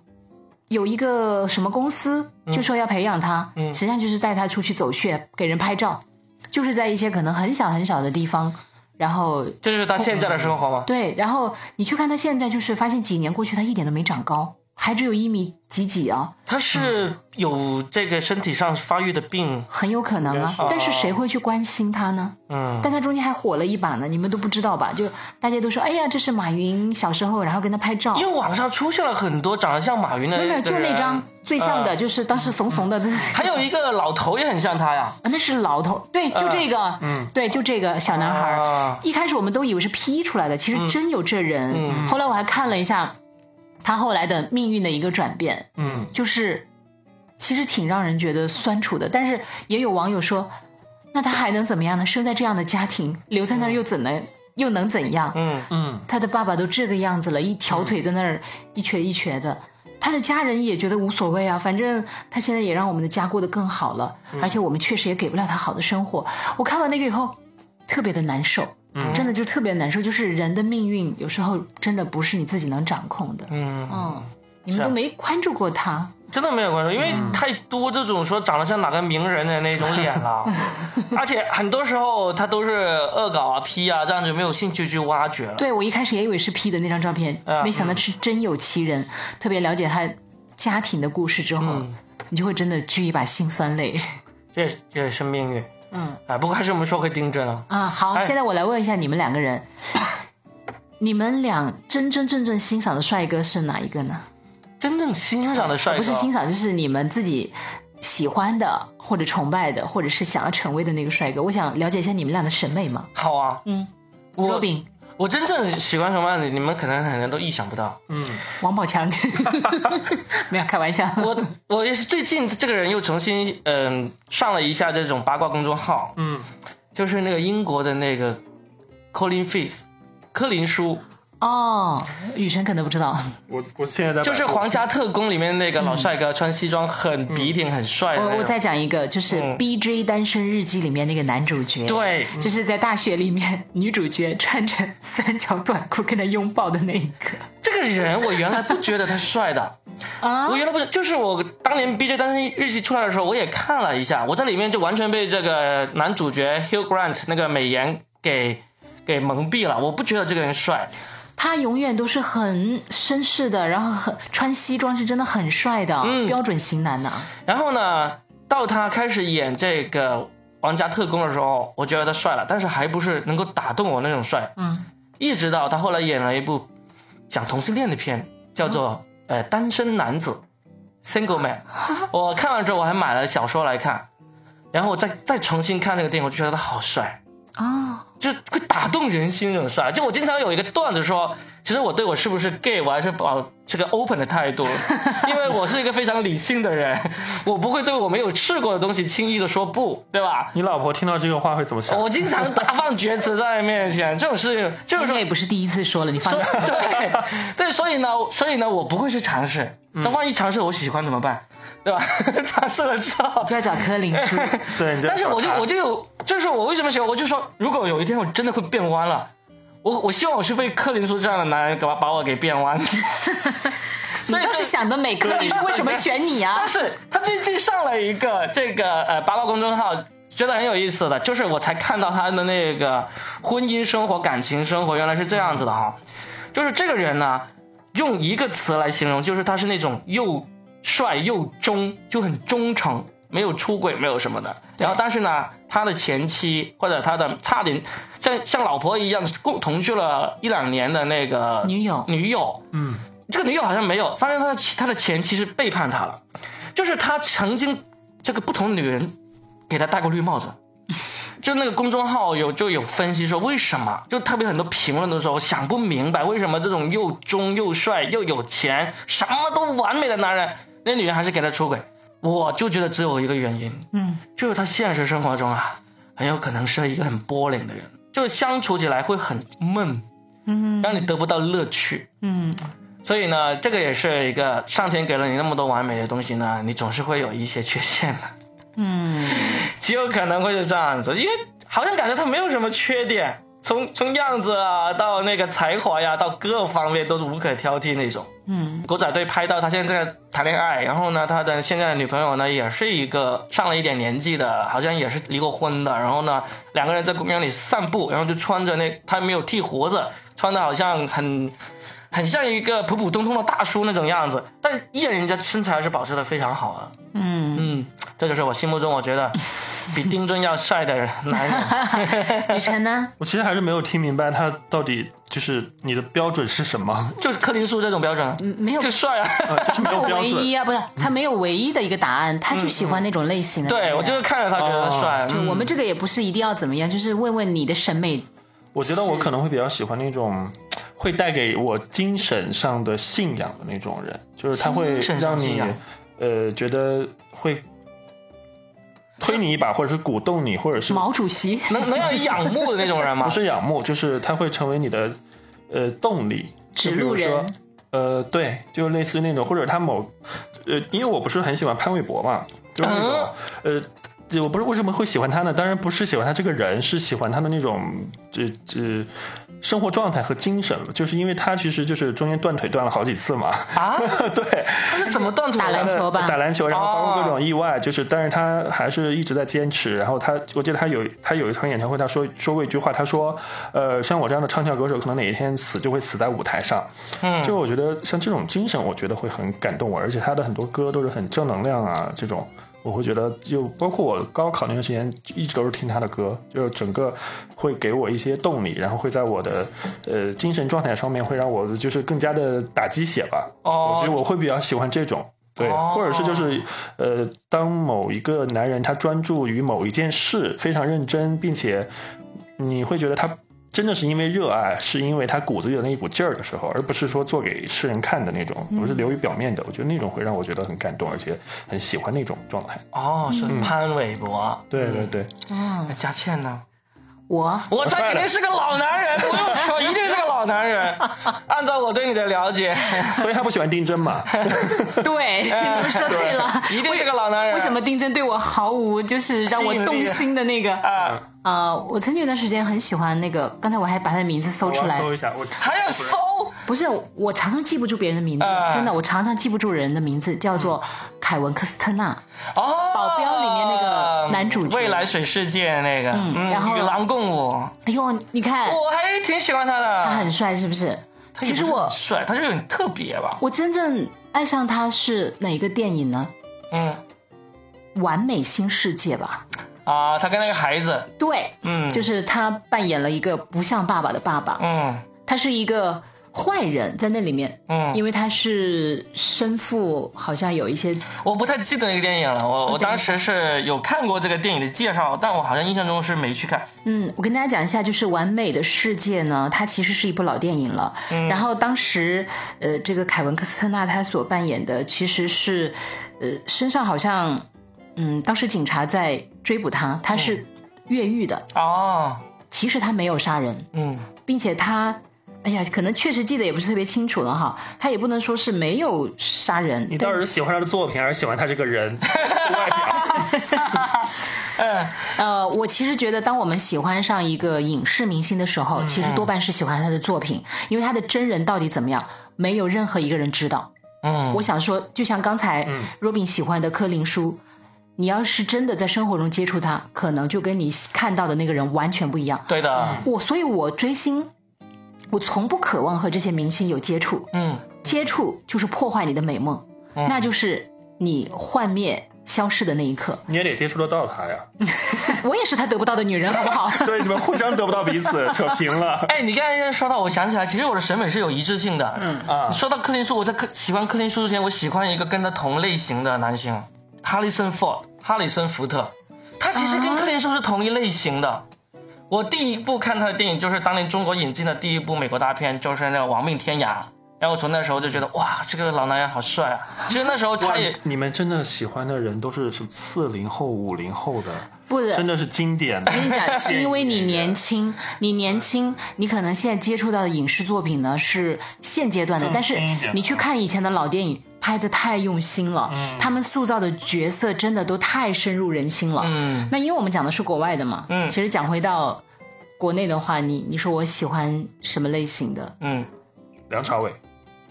[SPEAKER 2] 有一个什么公司
[SPEAKER 4] 嗯
[SPEAKER 2] 就说要培养他，实际上就是带他出去走穴，给人拍照，就是在一些可能很小很小的地方，然后嗯
[SPEAKER 4] 这就是他现在的生活吗？
[SPEAKER 2] 对，然后你去看他现在，就是发现几年过去，他一点都没长高，还只有一米几几啊，
[SPEAKER 4] 他是有这个身体上发育的病，
[SPEAKER 2] 很有可能啊
[SPEAKER 3] 没错。
[SPEAKER 2] 但是谁会去关心他呢？
[SPEAKER 4] 嗯，
[SPEAKER 2] 但他中间还火了一把呢，你们都不知道吧？就大家都说，哎呀，这是马云小时候，然后跟他拍照
[SPEAKER 4] 因。为网上出现了很多长得像马云的
[SPEAKER 2] 没有没
[SPEAKER 4] 人，
[SPEAKER 2] 有，就那张
[SPEAKER 4] 嗯
[SPEAKER 2] 最像的，就是当时怂怂的， (laughs)
[SPEAKER 4] 还有一个老头也很像他呀，
[SPEAKER 2] 啊，那是老头儿，对，就这个，嗯，对，就这个小男孩儿。
[SPEAKER 4] 啊
[SPEAKER 2] 一开始我们都以为是 P 出来的，其实真有这人。嗯后来我还看了一下他后来的命运的一个转变，
[SPEAKER 3] 嗯，
[SPEAKER 2] 就是其实挺让人觉得酸楚的。但是也有网友说，那他还能怎么样呢？生在这样的家庭，留在那儿又怎能、又能怎样？
[SPEAKER 4] 嗯
[SPEAKER 3] 嗯，
[SPEAKER 2] 他的爸爸都这个样子了，一条腿在那儿一瘸一瘸的。他的家人也觉得无所谓啊，反正他现在也让我们的家过得更好了，
[SPEAKER 4] 嗯
[SPEAKER 2] 而且我们确实也给不了他好的生活。我看完那个以后，特别的难受，
[SPEAKER 4] 嗯
[SPEAKER 2] 真的就特别难受。就是人的命运有时候真的不是你自己能掌控的。
[SPEAKER 4] 嗯。
[SPEAKER 2] 嗯，你们都没关注过他，
[SPEAKER 4] 真的没有关注，因为太多这种说长得像哪个名人的那种脸了，
[SPEAKER 2] 嗯
[SPEAKER 4] (laughs) 而且很多时候他都是恶搞啊、P 啊，这样就没有兴趣去挖掘了。
[SPEAKER 2] 对我一开始也以为是 P 的那张照片，
[SPEAKER 4] 啊
[SPEAKER 2] 没想到是真有其人。特别了解他家庭的故事之后，
[SPEAKER 4] 嗯
[SPEAKER 2] 你就会真的掬一把辛酸泪。
[SPEAKER 4] 这也这也是命运。
[SPEAKER 2] 嗯，
[SPEAKER 4] 哎，不愧是我们说会丁真啊，
[SPEAKER 2] 啊，好，
[SPEAKER 4] 哎
[SPEAKER 2] 现在我来问一下你们两个人， (coughs) 你们俩真真正正欣赏的帅哥是哪一个呢？
[SPEAKER 4] 真正欣赏的帅哥，
[SPEAKER 2] 不是欣赏，就是你们自己喜欢的，或者崇拜的，或者是想要成为的那个帅哥。我想了解一下你们俩的审美嘛。
[SPEAKER 4] 好啊。嗯，
[SPEAKER 2] 罗
[SPEAKER 4] 我
[SPEAKER 2] 宾、
[SPEAKER 4] 我真正喜欢什么样的，你们可能很多都意想不到。
[SPEAKER 2] 王宝
[SPEAKER 4] (laughs)
[SPEAKER 2] 强，没有开玩笑。
[SPEAKER 4] 我我也是最近这个人又重新嗯、上了一下这种八卦公众号，嗯，就是那个英国的那个 Colin Firth，柯林叔，
[SPEAKER 2] 哦，雨辰可能不知道，
[SPEAKER 3] 我我现在在
[SPEAKER 4] 就是《皇家特工》里面那个老帅哥，穿西装很笔挺、很帅的那
[SPEAKER 2] 我
[SPEAKER 4] 种。
[SPEAKER 2] 我再讲一个，就是《
[SPEAKER 4] 哎嗯
[SPEAKER 2] B J 单身日记》里面那个男主角，
[SPEAKER 4] 对
[SPEAKER 2] 就是在大学里面，女主角穿着三角短裤跟他拥抱的那一个。
[SPEAKER 4] 这个人，我原来不觉得他是帅的，
[SPEAKER 2] 啊
[SPEAKER 4] 我原来不就是我当年《B J 单身日记》出来的时候，我也看了一下，我在里面就完全被这个男主角 Hugh Grant 那个美颜给给蒙蔽了，我不觉得这个人帅。
[SPEAKER 2] 他永远都是很绅士的，然后很穿西装是真的很帅的，
[SPEAKER 4] 嗯
[SPEAKER 2] 标准型男呐、
[SPEAKER 4] 然后呢，到他开始演这个《皇家特工》的时候，我觉得他帅了，但是还不是能够打动我那种帅。嗯，一直到他后来演了一部讲同性恋的片，叫做、呃《单身男子》（Single Man）。我看完之后，我还买了小说来看，然后我再再重新看这个电影，我就觉得他好帅。
[SPEAKER 2] 啊。
[SPEAKER 4] 就是会打动人心那种帅。就我经常有一个段子说，其实我对我是不是 gay，我还是保这个 open 的态度，因为我是一个非常理性的人，我不会对我没有试过的东西轻易的说不，对吧？
[SPEAKER 3] 你老婆听到这个话会怎么想？
[SPEAKER 4] 我经常大放厥词在你面前，这种事情，这
[SPEAKER 2] 应
[SPEAKER 4] 种时
[SPEAKER 2] 该
[SPEAKER 4] 候
[SPEAKER 2] 也不是第一次说了，你放
[SPEAKER 4] 所
[SPEAKER 2] 心。 (laughs)
[SPEAKER 4] 以对对，所以呢，所以呢，我不会去尝试。那万一尝试我喜欢怎么办？对吧？ (laughs) 尝试了之后，
[SPEAKER 2] 就要找柯林叔，
[SPEAKER 4] (laughs)
[SPEAKER 3] 对，你在
[SPEAKER 4] 但是
[SPEAKER 3] 找
[SPEAKER 4] 我就
[SPEAKER 3] 茬
[SPEAKER 4] 我就有，就是我为什么喜欢，我就说，如果有一天我真的会变弯了，我我希望我是被柯林叔这样的男人给把把我给变弯。
[SPEAKER 2] 你
[SPEAKER 4] 所以
[SPEAKER 2] 倒是
[SPEAKER 4] 这
[SPEAKER 2] 想得美，柯林叔为什么选你啊
[SPEAKER 4] (laughs) (laughs) 但？是他最近上了一个这个呃八卦公众号，觉得很有意思的，就是我才看到他的那个婚姻生活、感情生活原来是这样子的哈，就是这个人呢，用一个词来形容，就是他是那种又帅又忠，就很忠诚，没有出轨，没有什么的。然后但是呢，他的前妻或者他的差点像像老婆一样共同居了一两年的那个
[SPEAKER 2] 女友
[SPEAKER 4] 女友，嗯，这个女友好像没有，发现他的他的前妻是背叛他了。就是他曾经这个不同的女人给他戴过绿帽子。就那个公众号有就有分析说为什么，就特别很多评论都说我想不明白为什么这种又忠又帅又有钱什么都完美的男人，那女人还是给他出轨。我就觉得只有一个原因，嗯，就是他现实生活中啊，很有可能是一个很 boring 的人，就是相处起来会很闷，嗯，让你得不到乐趣，所以呢，这个也是一个上天给了你那么多完美的东西呢，你总是会有一些缺陷的。嗯，极有可能会是这样子，因为好像感觉他没有什么缺点，从从样子啊到那个才华呀、到各方面都是无可挑剔那种。嗯，狗仔队拍到他现在在谈恋爱，然后呢，他的现在的女朋友呢也是一个上了一点年纪的，好像也是离过婚的，然后呢，两个人在公园里散步，然后就穿着那他没有剃胡子，穿的好像很 (laughs) 很像一个普普通通的大叔那种样子，但依然人家身材是保持的非常好啊。嗯嗯，这就是我心目中我觉得比丁真要帅的男人， (laughs)
[SPEAKER 2] 雨辰呢？
[SPEAKER 3] 我其实还是没有听明白他到底就是你的标准是什
[SPEAKER 4] (laughs)
[SPEAKER 3] 么，
[SPEAKER 4] 就是柯林素这种标准啊，
[SPEAKER 2] 没有
[SPEAKER 4] 就帅 (laughs) 啊。
[SPEAKER 3] 呃就是没
[SPEAKER 2] 没有
[SPEAKER 3] 有标
[SPEAKER 2] 唯
[SPEAKER 3] 准
[SPEAKER 2] 一。啊，不是他没有唯一的一个答案，他就喜欢那种类型的。
[SPEAKER 4] 嗯对，我就是看着他觉得帅。嗯
[SPEAKER 2] 我们这个也不是一定要怎么样，就是问问你的审美。
[SPEAKER 3] 我觉得我可能会比较喜欢那种会带给我精神上的信仰的那种人，就是他会
[SPEAKER 4] 精神上
[SPEAKER 3] 让
[SPEAKER 4] 信
[SPEAKER 3] 你
[SPEAKER 4] 仰
[SPEAKER 3] 呃觉得会推你一把，或者是鼓动你，或者是
[SPEAKER 2] 毛主席，
[SPEAKER 4] 能能让你仰慕的那种人吗？
[SPEAKER 3] 不是仰慕，就是他会成为你的呃动力。
[SPEAKER 2] 指
[SPEAKER 3] 就比如
[SPEAKER 2] 路人
[SPEAKER 3] 说，呃，对，就类似于那种，或者他某呃，因为我不是很喜欢潘玮柏嘛，就是那
[SPEAKER 2] 哦
[SPEAKER 3] 种、呃。就我不是为什么会喜欢他呢？当然不是喜欢他这个人，是喜欢他的那种这这、生活状态和精神，就是因为他其实就是中间断腿断了好几次嘛。
[SPEAKER 4] 啊，
[SPEAKER 3] 对，
[SPEAKER 4] 他是怎么断腿
[SPEAKER 2] 打篮
[SPEAKER 4] 的？
[SPEAKER 2] 球吧
[SPEAKER 3] 打篮球，然后包括
[SPEAKER 4] 哦
[SPEAKER 3] 各种意外，就是，但是他还是一直在坚持。然后他，我记得他有他有一场演唱会，他说说过一句话，他说，呃，像我这样的唱跳歌手，可能哪一天死就会死在舞台上。嗯，就我觉得像这种精神，我觉得会很感动我，而且他的很多歌都是很正能量啊，这种。我会觉得，就包括我高考那段时间，一直都是听他的歌，就是整个会给我一些动力，然后会在我的呃精神状态上面，会让我就是更加的打鸡血吧。
[SPEAKER 4] 哦
[SPEAKER 3] 我觉得我会比较喜欢这种，对，
[SPEAKER 4] 哦
[SPEAKER 3] 或者是就是呃，当某一个男人他专注于某一件事，非常认真，并且你会觉得他真的是因为热爱，是因为他骨子里的那一股劲儿的时候，而不是说做给世人看的那种，不是流于表面的。我觉得那种会让我觉得很感动，而且很喜欢那种状态。
[SPEAKER 4] 哦，是
[SPEAKER 3] 嗯
[SPEAKER 4] 潘玮柏。
[SPEAKER 3] 对对对，嗯
[SPEAKER 4] 那佳倩呢？
[SPEAKER 2] 我
[SPEAKER 4] 我他肯定是个老男人，不用说，一定是个老男人。按照我对你的了解，
[SPEAKER 3] 所以他不喜欢丁真嘛？
[SPEAKER 2] (laughs) 对，你
[SPEAKER 4] 哎
[SPEAKER 2] 们说对了。
[SPEAKER 4] 一定是个老男人。
[SPEAKER 2] 为什么丁真对我毫无就是让我动心的那个？
[SPEAKER 4] 啊？
[SPEAKER 2] 呃，我曾经有段时间很喜欢那个，刚才我还把他的名字搜出来，
[SPEAKER 3] 一下，我
[SPEAKER 4] 还要搜？
[SPEAKER 2] 不是我常常记不住别人的名字，
[SPEAKER 4] 啊嗯
[SPEAKER 2] 真的，我常常记不住人的名字，叫做凯文·科斯特纳。
[SPEAKER 4] 哦，
[SPEAKER 2] 保镖里面那个男主角
[SPEAKER 4] 未来水世界那个，嗯
[SPEAKER 2] 然后
[SPEAKER 4] 与狼共舞，
[SPEAKER 2] 哎呦，你看
[SPEAKER 4] 我还挺喜欢他的。
[SPEAKER 2] 他很帅，是不是？
[SPEAKER 4] 他
[SPEAKER 2] 其
[SPEAKER 4] 也
[SPEAKER 2] 实
[SPEAKER 4] 不是很
[SPEAKER 2] 我
[SPEAKER 4] 帅，他是有点特别吧？
[SPEAKER 2] 我真正爱上他是哪一个电影呢？
[SPEAKER 4] 嗯
[SPEAKER 2] 《完美新世界》吧？
[SPEAKER 4] 啊，他跟那个孩子，
[SPEAKER 2] 对，
[SPEAKER 4] 嗯
[SPEAKER 2] 就是他扮演了一个不像爸爸的爸爸，
[SPEAKER 4] 嗯
[SPEAKER 2] 他是一个坏人，在那里面，
[SPEAKER 4] 嗯
[SPEAKER 2] 因为他是身负好像有一些
[SPEAKER 4] 我不太记得那个电影了，我我当时是有看过这个电影的介绍，但我好像印象中是没去看。
[SPEAKER 2] 嗯，我跟大家讲一下，就是《完美的世界》呢，它其实是一部老电影了。
[SPEAKER 3] 嗯
[SPEAKER 2] 然后当时，呃，这个凯文·科斯特纳他所扮演的其实是，呃，身上好像，嗯，当时警察在追捕他，他是越狱的，
[SPEAKER 4] 哦，
[SPEAKER 2] 其实他没有杀人，
[SPEAKER 4] 嗯，
[SPEAKER 2] 并且他，哎呀，可能确实记得也不是特别清楚了哈，他也不能说是没有杀人，
[SPEAKER 3] 你
[SPEAKER 2] 但
[SPEAKER 3] 到底是喜欢他的作品，还是喜欢他这个人外表？
[SPEAKER 2] 呃，我其实觉得，当我们喜欢上一个影视明星的时
[SPEAKER 4] 嗯
[SPEAKER 2] 候，其实多半是喜欢他的作品，因为他的真人到底怎么样，没有任何一个人知道。
[SPEAKER 4] 嗯，
[SPEAKER 2] 我想说，就像刚才 Robin 喜欢的柯林叔，你要是真的在生活中接触他，可能就跟你看到的那个人完全不一样。
[SPEAKER 4] 对的，
[SPEAKER 2] 我，所以我追星，我从不渴望和这些明星有接触，
[SPEAKER 4] 嗯，
[SPEAKER 2] 接触就是破坏你的美梦，那就是你幻灭消逝的那一刻。 (laughs)
[SPEAKER 3] 你也得接触得到他呀。
[SPEAKER 2] 我也是他得不到的女人，好不好？
[SPEAKER 3] 对，你们互相得不到彼此，扯平了。
[SPEAKER 4] 哎，你刚才说到，我想起来，其实我的审美是有一致性的。嗯
[SPEAKER 3] 啊
[SPEAKER 4] 说到克林斯，我在克喜欢克林斯之前，我喜欢一个跟他同类型的男星，哈里森·福特，哈里森·福特，他其实跟克林斯是同一类型的。我第一部看他的电影就是当年中国引进的第一部美国大片，就是那个《亡命天涯》。然后从那时候就觉得哇，这个老男人好帅啊！其实那时候他也
[SPEAKER 3] 你们真的喜欢的人都是什么四零后、五零后的，
[SPEAKER 2] 不是，
[SPEAKER 3] 真的哎是经典的
[SPEAKER 2] 我。跟你讲，是因
[SPEAKER 3] (laughs)
[SPEAKER 2] 为你年轻，你年轻，你可能现在接触到的影视作品呢是现阶段的，但是
[SPEAKER 3] 新一点
[SPEAKER 2] 你去看以前的老电影，拍的太用心了，
[SPEAKER 3] 嗯
[SPEAKER 2] 他们塑造的角色真的都太深入人心了。嗯，那因为我们讲的是国外的嘛，嗯，其实讲回到国内的话，你你说我喜欢什么类型的？
[SPEAKER 4] 嗯，
[SPEAKER 3] 梁朝伟，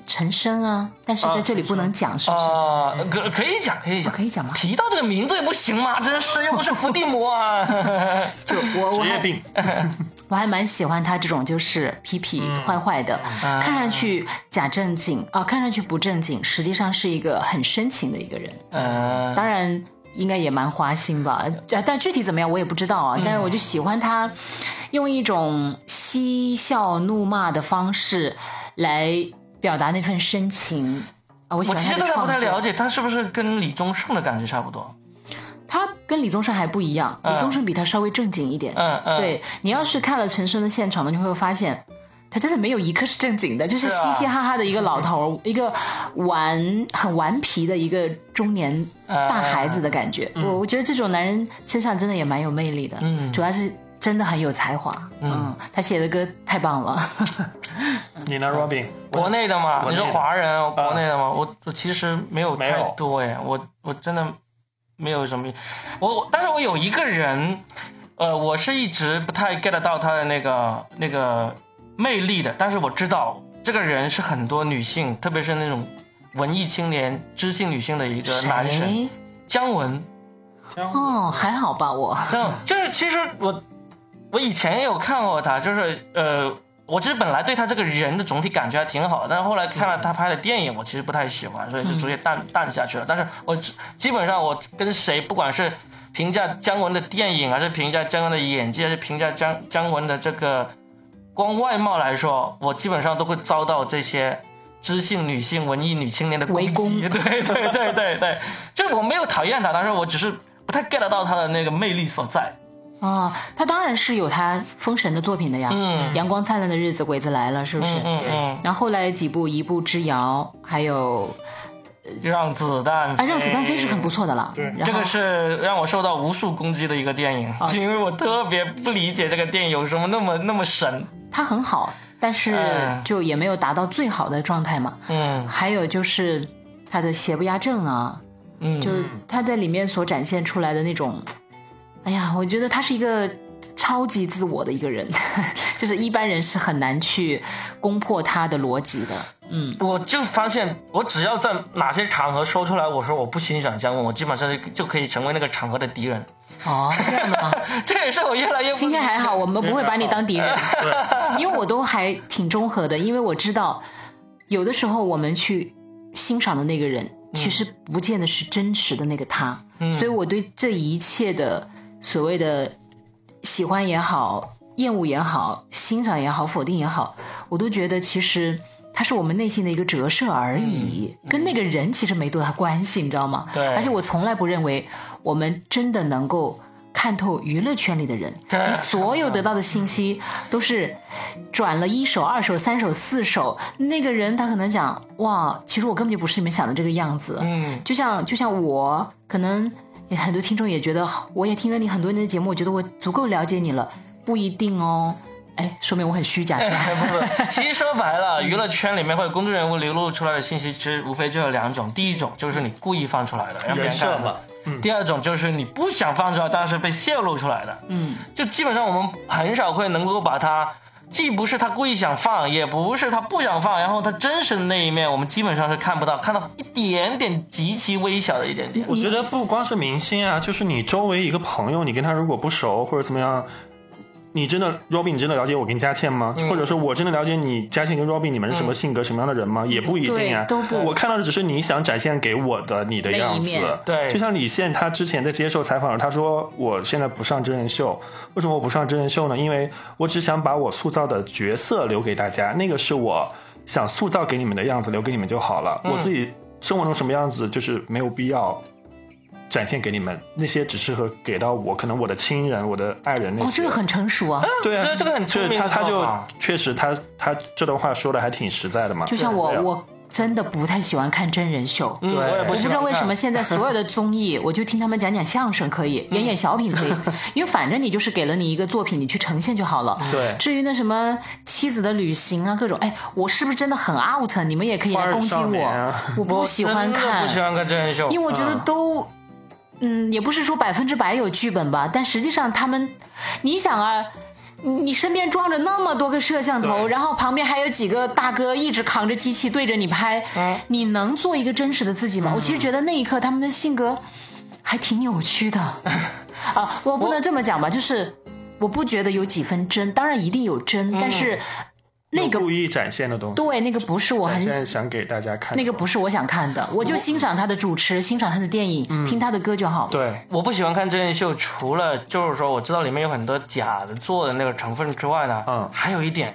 [SPEAKER 2] 陈升啊，但
[SPEAKER 3] 哦
[SPEAKER 2] 是在这里不能讲，是不是？
[SPEAKER 4] 啊，可可以讲，可以讲，
[SPEAKER 2] 可以讲
[SPEAKER 3] (laughs)
[SPEAKER 2] 吗
[SPEAKER 4] 提到这个名字也不行吗？真是又不是伏地
[SPEAKER 2] (laughs)
[SPEAKER 4] 魔啊！
[SPEAKER 2] 就我我
[SPEAKER 3] 职业
[SPEAKER 2] 还
[SPEAKER 3] 病，
[SPEAKER 2] 我还蛮喜欢他这种就是痞痞
[SPEAKER 4] 嗯
[SPEAKER 2] 坏坏的，看上去假正经啊、看上去不正经，实际上是一个很深情的一个人。
[SPEAKER 4] 嗯，
[SPEAKER 2] 当然应该也蛮花心吧，呃但具体怎么样我也不知道啊。但是我就喜欢他用一种嬉笑怒骂的方式来表达那份深情啊，我喜
[SPEAKER 4] (laughs) 我
[SPEAKER 2] 欢
[SPEAKER 4] 其
[SPEAKER 2] 他
[SPEAKER 4] 实
[SPEAKER 2] 的
[SPEAKER 4] 对他不
[SPEAKER 2] 创
[SPEAKER 4] 太了
[SPEAKER 2] 作。
[SPEAKER 4] 解，他是不是跟李宗盛的感觉差不多？
[SPEAKER 2] 他跟李宗盛还不一样，李宗盛比他稍微正经一点。
[SPEAKER 4] 嗯嗯，，
[SPEAKER 2] 对你要是看了陈升的现场呢，你会发现。他真的没有一刻是正经的，就是
[SPEAKER 4] 是啊
[SPEAKER 2] 嘻嘻哈哈的一个老头
[SPEAKER 4] (laughs)
[SPEAKER 2] 儿，一个顽很顽皮的一个中
[SPEAKER 4] 嗯
[SPEAKER 2] 年大孩子的感觉。我我觉得这种男人身上真的也蛮有魅力的，
[SPEAKER 4] 嗯
[SPEAKER 2] 主要是真的很有才华。嗯，他写的歌太棒
[SPEAKER 4] (laughs)
[SPEAKER 2] 了。
[SPEAKER 3] 你呢，Robin？
[SPEAKER 4] 国内的嘛，
[SPEAKER 3] 国
[SPEAKER 4] 你
[SPEAKER 3] 内的啊
[SPEAKER 4] 说华人，国内的嘛，我我其实没有
[SPEAKER 3] 没
[SPEAKER 4] 太
[SPEAKER 3] 有
[SPEAKER 4] 多哎，我我真的没有什么，我我但是我有一个人，呃，我是一直不太 get 到他的那个那个魅力的，但是我知道这个人是很多女性，特别是那种文艺青年、知性女性的一个男神，
[SPEAKER 2] 谁？
[SPEAKER 4] 姜文。
[SPEAKER 2] 哦，还好吧，我
[SPEAKER 4] 嗯，就是其实我我以前也有看过他，就是呃，我其实本来对他这个人的总体感觉还挺好，但是后来看了他拍的电影，我其实不太喜欢，所以就逐渐淡淡下去了。但是我基基本上我跟谁，不管是评价姜文的电影，还是评价姜文的演技，还是评价姜姜文的这个光外貌来说，我基本上都会遭到这些。知性女性、文艺女青年的攻
[SPEAKER 2] (laughs)
[SPEAKER 4] 击
[SPEAKER 2] 围攻
[SPEAKER 4] 对对对对对，就是我没有讨厌他，但是我只是不太 get 到他的那个魅力所在。
[SPEAKER 2] 哦，他当然是有他封神的作品的呀，阳光灿烂的日子》《鬼子来了》是不是？
[SPEAKER 4] 嗯嗯，
[SPEAKER 2] 然后后来几部《一步之遥》，还有
[SPEAKER 4] 让子弹
[SPEAKER 2] 啊，
[SPEAKER 4] 飞，
[SPEAKER 2] 《让子弹飞》是很不错的了。
[SPEAKER 3] 对
[SPEAKER 2] 然
[SPEAKER 4] 这
[SPEAKER 2] 后哦
[SPEAKER 4] 个是让我受到无数攻击的一个电影，因为我特别不理解这个电影有什么那么那么神。
[SPEAKER 2] 它很好，但是
[SPEAKER 4] 嗯
[SPEAKER 2] 就也没有达到最好的状态嘛。
[SPEAKER 4] 嗯
[SPEAKER 2] 还有就是他的邪不压正啊，
[SPEAKER 4] 嗯，
[SPEAKER 2] 就是他在里面所展现出来的那种，哎呀，我觉得他是一个超级自我的一个人， (laughs) 就是一般人是很难去攻破他的逻辑的。
[SPEAKER 4] 我就发现，我只要在哪些场合说出来，我说我不欣赏姜文，我基本上就就可以成为那个场合的敌人。
[SPEAKER 2] 哦，这样的吗？
[SPEAKER 4] 这也是我越来越不
[SPEAKER 2] 今天还好，我们不会把你当敌人， (laughs) 因为我都还挺中和的，因为我知道有的时候我们去欣赏的那个人，其实不见得是真实的那个他，所以我对这一切的所谓的喜欢也好、厌恶也好、欣赏也好、否定也好，我都觉得其实。它是我们内心的一个折射而已，跟那个人其实没多大关系，你知道吗？
[SPEAKER 4] 对
[SPEAKER 2] 而且我从来不认为我们真的能够看透娱乐圈里的人，
[SPEAKER 4] 对
[SPEAKER 2] 你所有得到的信息都是转了一手、二手、三手、四手。那个人他可能讲哇，其实我根本就不是你们想的这个样子。
[SPEAKER 4] 嗯，
[SPEAKER 2] 就像就像我，可能也很多听众也觉得，我也听了你很多年的节目，我觉得我足够了解你了，不一定哦。哎，说明我很虚假是吧？
[SPEAKER 4] 哎不 (laughs) 不，其实说白了，娱乐圈里面或者公众人物流露出来的信息，其实无非就有两种：第一种就是你故意放出来的，让别人看
[SPEAKER 3] 人设
[SPEAKER 4] 到
[SPEAKER 3] 嘛
[SPEAKER 4] 第二种就是你不想放出来，但是被泄露出来的。嗯，就基本上我们很少会能够把它，既不是他故意想放，也不是他不想放，然后他真实的那一面，我们基本上是看不到，看到一点点极其微小的一点点。
[SPEAKER 3] 我觉得不光是明星啊，就是你周围一个朋友，你跟他如果不熟或者怎么样，你真的 Robin，你真的了解我跟佳倩吗？
[SPEAKER 2] 嗯
[SPEAKER 3] 或者是我真的了解你佳倩跟 Robin 你们是什么性格、什么样的人吗？也不一定啊。
[SPEAKER 2] 对都不
[SPEAKER 3] 我看到的只是你想展现给我的你的样子
[SPEAKER 2] 那一面。
[SPEAKER 4] 对
[SPEAKER 3] 就像李现他之前在接受采访的时候，他说我现在不上真人秀，为什么我不上真人秀呢？因为我只想把我塑造的角色留给大家，那个是我想塑造给你们的样子，留给你们就好了。
[SPEAKER 2] 嗯
[SPEAKER 3] 我自己生活中什么样子，就是没有必要展现给你们，那些只适合给到我，可能我的亲人、我的爱人
[SPEAKER 2] (laughs)
[SPEAKER 3] 那
[SPEAKER 2] 哦，
[SPEAKER 3] 些。
[SPEAKER 2] 这个很成熟
[SPEAKER 4] (laughs)
[SPEAKER 2] 啊。
[SPEAKER 3] 对啊
[SPEAKER 4] 这，这个很聪
[SPEAKER 3] 就是
[SPEAKER 4] 明哦
[SPEAKER 3] 他
[SPEAKER 4] 的
[SPEAKER 3] 他
[SPEAKER 4] 做
[SPEAKER 3] 就
[SPEAKER 4] 法
[SPEAKER 3] 确实他他这段话说的还挺实在的嘛。
[SPEAKER 2] 就像
[SPEAKER 3] 对
[SPEAKER 2] 我，
[SPEAKER 3] 啊
[SPEAKER 2] 我真的不太喜欢看真人秀。
[SPEAKER 4] 嗯，我也不
[SPEAKER 2] 我
[SPEAKER 4] 喜
[SPEAKER 2] 不知
[SPEAKER 4] 欢
[SPEAKER 2] 道为什么
[SPEAKER 4] 看
[SPEAKER 2] 现在所有的综艺，我就听他们讲讲相声可以，演演小品可以，因为反正你就是给了你一个作品，你去呈现就好了。
[SPEAKER 3] 对
[SPEAKER 2] 至于那什么妻子的旅行啊，各种，哎，我是不是真的很 out？你啊们也可以来攻击
[SPEAKER 3] 花儿少
[SPEAKER 2] 我，
[SPEAKER 3] 年啊
[SPEAKER 2] 我不喜欢
[SPEAKER 4] 真的
[SPEAKER 2] 看
[SPEAKER 4] 不，喜欢看真人秀，
[SPEAKER 2] 因为我觉得都。嗯嗯，也不是说百分之百有剧本吧，但实际上他们，你想啊，你身边装着那么多个摄像头，
[SPEAKER 3] 对
[SPEAKER 2] 然后旁边还有几个大哥一直扛着机器对着你拍，
[SPEAKER 3] 嗯
[SPEAKER 2] 你能做一个真实的自己吗？我其实觉得那一刻他们的性格还挺扭曲
[SPEAKER 3] (laughs)
[SPEAKER 2] 的啊，我不能这么讲吧，就是我不觉得有几分真，当然一定有真，但是那个
[SPEAKER 3] 嗯有故意展现的东西，
[SPEAKER 2] 对那个不是我
[SPEAKER 3] 展
[SPEAKER 2] 很
[SPEAKER 3] 现想给大家看
[SPEAKER 2] 那个不是我想看的，我就欣赏他的主持，欣赏他的电影，听他的歌就好了。
[SPEAKER 3] 对，
[SPEAKER 4] 我不喜欢看真人秀，除了就是说我知道里面有很多假的做的那个成分之外呢，
[SPEAKER 3] 嗯
[SPEAKER 4] 还有一点，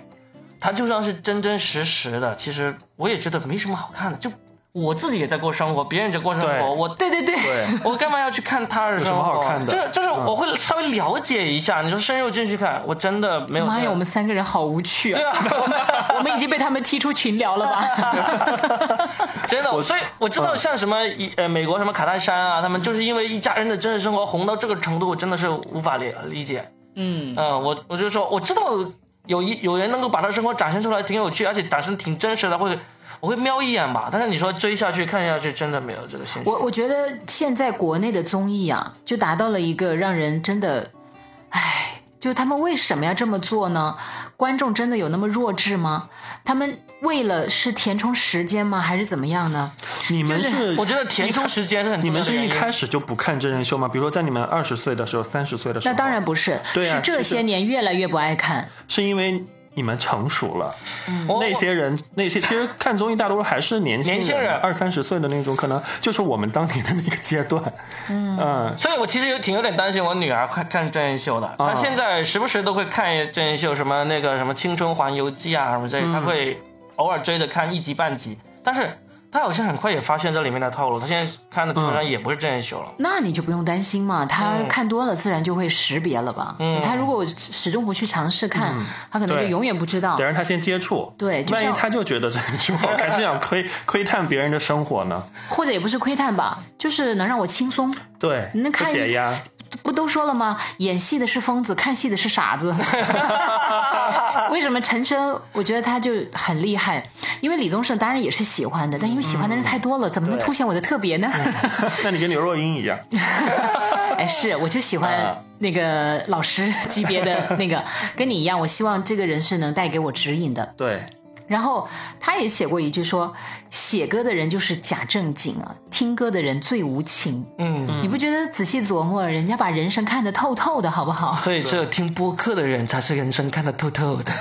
[SPEAKER 4] 它就算是真真实实的，其实我也觉得没什么好看的。就我自己也在过生活，别人也在过生
[SPEAKER 3] 对
[SPEAKER 4] 活，我
[SPEAKER 2] 对对对，
[SPEAKER 4] (laughs) 我干嘛要去看他的
[SPEAKER 3] 有
[SPEAKER 4] 生
[SPEAKER 3] 什
[SPEAKER 4] 活？
[SPEAKER 3] 么好看的嗯
[SPEAKER 4] 就是就是我会稍微了解一下。你说深入进去看，我真的没有这个。
[SPEAKER 2] 妈呀，我们三个人好无趣啊！
[SPEAKER 4] 对啊，
[SPEAKER 2] 我们已经被他们踢出群聊了 (laughs) 吧？
[SPEAKER 4] (laughs) 真的，所以我知道
[SPEAKER 3] 嗯
[SPEAKER 4] 像什么一呃美国什么卡戴珊啊，他们就是因为一家人的真实生活红到这个程度，我真的是无法理理解。嗯我我就说我知道有一有人能够把他生活展现出来，挺有趣，而且展现挺真实的，会我会瞄一眼吧。但是你说追下去看下去，真的没有这个兴趣。
[SPEAKER 2] 我我觉得现在国内的综艺啊，就达到了一个让人真的，唉，就是他们为什么要这么做呢？观众真的有那么弱智吗？他们为了是填充时间吗？还是怎么样呢？
[SPEAKER 3] 你们
[SPEAKER 2] 就是
[SPEAKER 4] 我觉得填充时间是很
[SPEAKER 3] 你
[SPEAKER 4] 重要
[SPEAKER 3] 们
[SPEAKER 4] 的
[SPEAKER 3] 是
[SPEAKER 4] 原因
[SPEAKER 3] 一开始就不看真人秀吗？比如说在你们二十岁的时候、三十岁的时候，
[SPEAKER 2] 那当然不是，
[SPEAKER 3] 对啊
[SPEAKER 2] 是这
[SPEAKER 3] 就是
[SPEAKER 2] 些年越来越不爱看。
[SPEAKER 3] 是因为你们成熟了。
[SPEAKER 4] 我
[SPEAKER 3] 那些人，那些其实看综艺大多数还是年轻
[SPEAKER 4] 嗯年轻人
[SPEAKER 3] 人，二三十岁的那种，可能就是我们当年的那个阶段。嗯，
[SPEAKER 4] 所以我其实有挺有点担心我女儿看看真人秀的，她现在时不时都会看真人秀，什么那个什么《青春环游记》啊什么之类的，她会偶尔追着看一集半集，但是她好像很快也发现这里面的套路，她现在看的基本上也不是真人秀了。
[SPEAKER 2] 那你就不用担心嘛，他看多了自然就会识别了吧？他如果始终不去尝试看，他可能就
[SPEAKER 3] 嗯对
[SPEAKER 2] 永远不知道
[SPEAKER 3] 得。让他先接触。
[SPEAKER 2] 啊对就
[SPEAKER 3] 万一
[SPEAKER 2] 像
[SPEAKER 3] 他就觉得这人秀好看，就想窥
[SPEAKER 2] (laughs)
[SPEAKER 3] 窥探别人的生活呢？
[SPEAKER 2] 或者也不是窥探吧，就是能让我轻松。
[SPEAKER 3] 对，
[SPEAKER 2] 那
[SPEAKER 3] 不
[SPEAKER 2] 看
[SPEAKER 3] 解压。
[SPEAKER 2] 不都说了吗？演戏的是疯子，看戏的是傻
[SPEAKER 3] (laughs)
[SPEAKER 2] 子。为什么陈升？我觉得他就很厉害，因为李宗盛当然也是喜欢的，但因为喜欢的人太多了，怎么能
[SPEAKER 3] 嗯对嗯
[SPEAKER 2] 凸显我的特别呢？
[SPEAKER 3] (laughs) 那你跟刘若英一样，
[SPEAKER 2] (laughs) 哎，是，我就喜
[SPEAKER 3] 啊
[SPEAKER 2] 欢那个老师级别的那个，跟你一样，我希望这个人是能带给我指引的。
[SPEAKER 3] 对，
[SPEAKER 2] 然后他也写过一句说，写歌的人就是假正经啊，听歌的人最无情。
[SPEAKER 4] 嗯，
[SPEAKER 2] 你不觉得仔细琢磨，人家把人生看得透透的，好不好？
[SPEAKER 4] 所以只有听播客的人才是人生看得透透 (laughs) 的。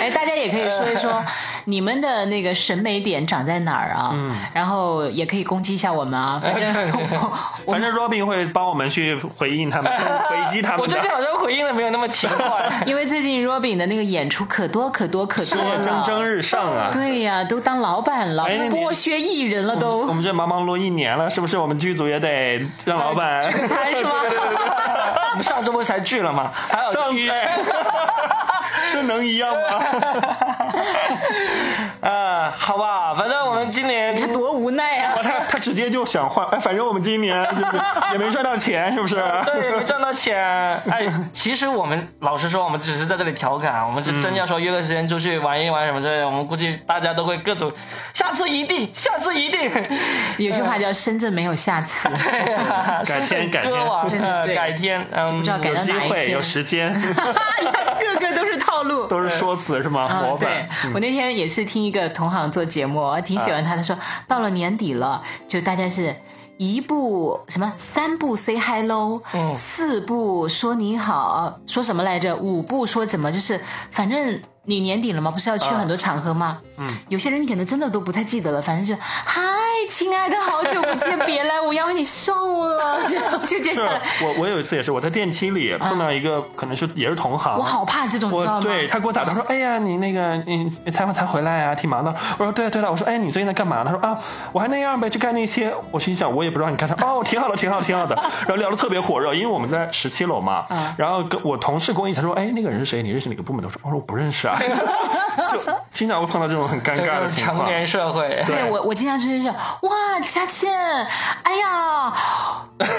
[SPEAKER 2] 哎，大家也可以说一说你们的那个审美点长在哪儿啊？然后也可以攻击一下我们啊，反正我我。
[SPEAKER 3] 反正 Robin 会帮我们去回应他们、回击他
[SPEAKER 4] 我
[SPEAKER 3] 们
[SPEAKER 4] 最近
[SPEAKER 3] 的。
[SPEAKER 4] 好像回应的没有那么勤快 (laughs)
[SPEAKER 2] 因为最近 Robin 的那个演出可多可多可多了，
[SPEAKER 3] 蒸蒸日上啊！
[SPEAKER 2] 对呀、都当老板了，
[SPEAKER 3] 哎那你
[SPEAKER 2] 剥削艺人了
[SPEAKER 3] 我
[SPEAKER 2] 都，
[SPEAKER 3] 们这忙忙碌一年了，是不是我们剧组也得让老板
[SPEAKER 2] 才是吧？
[SPEAKER 4] 我们上周不是才聚了吗？还
[SPEAKER 3] (laughs)
[SPEAKER 4] 有
[SPEAKER 3] 上去？
[SPEAKER 2] (laughs)
[SPEAKER 3] 这能一样吗？
[SPEAKER 4] 呃，好吧，反正我们今年
[SPEAKER 2] 他多无奈啊！
[SPEAKER 3] 他他直接就想换，哎，反正我们今年是不是也没赚到钱，是不是？
[SPEAKER 4] (laughs) 对，没赚到钱。哎，其实我们老实说，我们只是在这里调侃，我们是
[SPEAKER 3] 嗯
[SPEAKER 4] 真要说约个时间出去玩一玩什么之类的，我们估计大家都会各种，下次一定，下次一定。
[SPEAKER 2] 有句话叫“深圳没有下次
[SPEAKER 4] 对
[SPEAKER 2] 啊 (laughs)
[SPEAKER 4] 呀，
[SPEAKER 3] 改天
[SPEAKER 4] 深圳歌王
[SPEAKER 2] 改天
[SPEAKER 4] 呃
[SPEAKER 2] 对
[SPEAKER 4] 改天，嗯，
[SPEAKER 2] 不知道改
[SPEAKER 3] 有
[SPEAKER 2] 到
[SPEAKER 3] 机
[SPEAKER 2] 哪一
[SPEAKER 3] 会
[SPEAKER 2] 天”，
[SPEAKER 3] 有时
[SPEAKER 2] (laughs)
[SPEAKER 3] 间，
[SPEAKER 2] 个个都是套路。
[SPEAKER 3] (laughs) 都是说辞是吗？
[SPEAKER 2] 啊
[SPEAKER 3] 模，嗯啊
[SPEAKER 2] 对
[SPEAKER 3] 板。
[SPEAKER 2] 我那天也是听一个同行做节目，我还挺喜欢他。他说到了年底了，就大家是。一步什么？三步 say hello，、四
[SPEAKER 3] 嗯
[SPEAKER 2] 步说你好，说什么来着？五步说怎么？就是反正你年底了嘛，不是要去很多场合吗？
[SPEAKER 3] 啊
[SPEAKER 2] 嗯，有些人你可能真的都不太记得了，反正就嗨，亲爱的，好久不见，别来无恙，你瘦了， (laughs) 然后就接
[SPEAKER 3] (laughs) 是
[SPEAKER 2] 下来，
[SPEAKER 3] 我我有一次也是，我在电梯里碰到一个，可能是也是同行，
[SPEAKER 2] 嗯我好怕这种，你知道
[SPEAKER 3] 我
[SPEAKER 2] 吗？
[SPEAKER 3] 对他给我打，他说：“哎呀，你那个你你才才回来啊，挺忙的。”我说：“对啊对了。”我说：“哎，你最近在干嘛？”他说：“啊，我还那样呗，就干那些。”我心想，我也不知道你干啥。哦，挺好的，挺好的，挺好的。然后聊得特别火热，因为我们在十七楼嘛。
[SPEAKER 2] 嗯
[SPEAKER 3] 然后跟我同事跟我一起，他说：“哎，那个人是谁？你认识哪个部门的？”我说：“我说我不认识啊。” (laughs) 就经常会碰到这种很尴
[SPEAKER 4] 这
[SPEAKER 3] 尬
[SPEAKER 4] 就
[SPEAKER 3] 的
[SPEAKER 4] 是
[SPEAKER 3] 情况
[SPEAKER 4] 成。年社会。
[SPEAKER 2] 对我，我经常就是想，哇，佳倩，哎呀，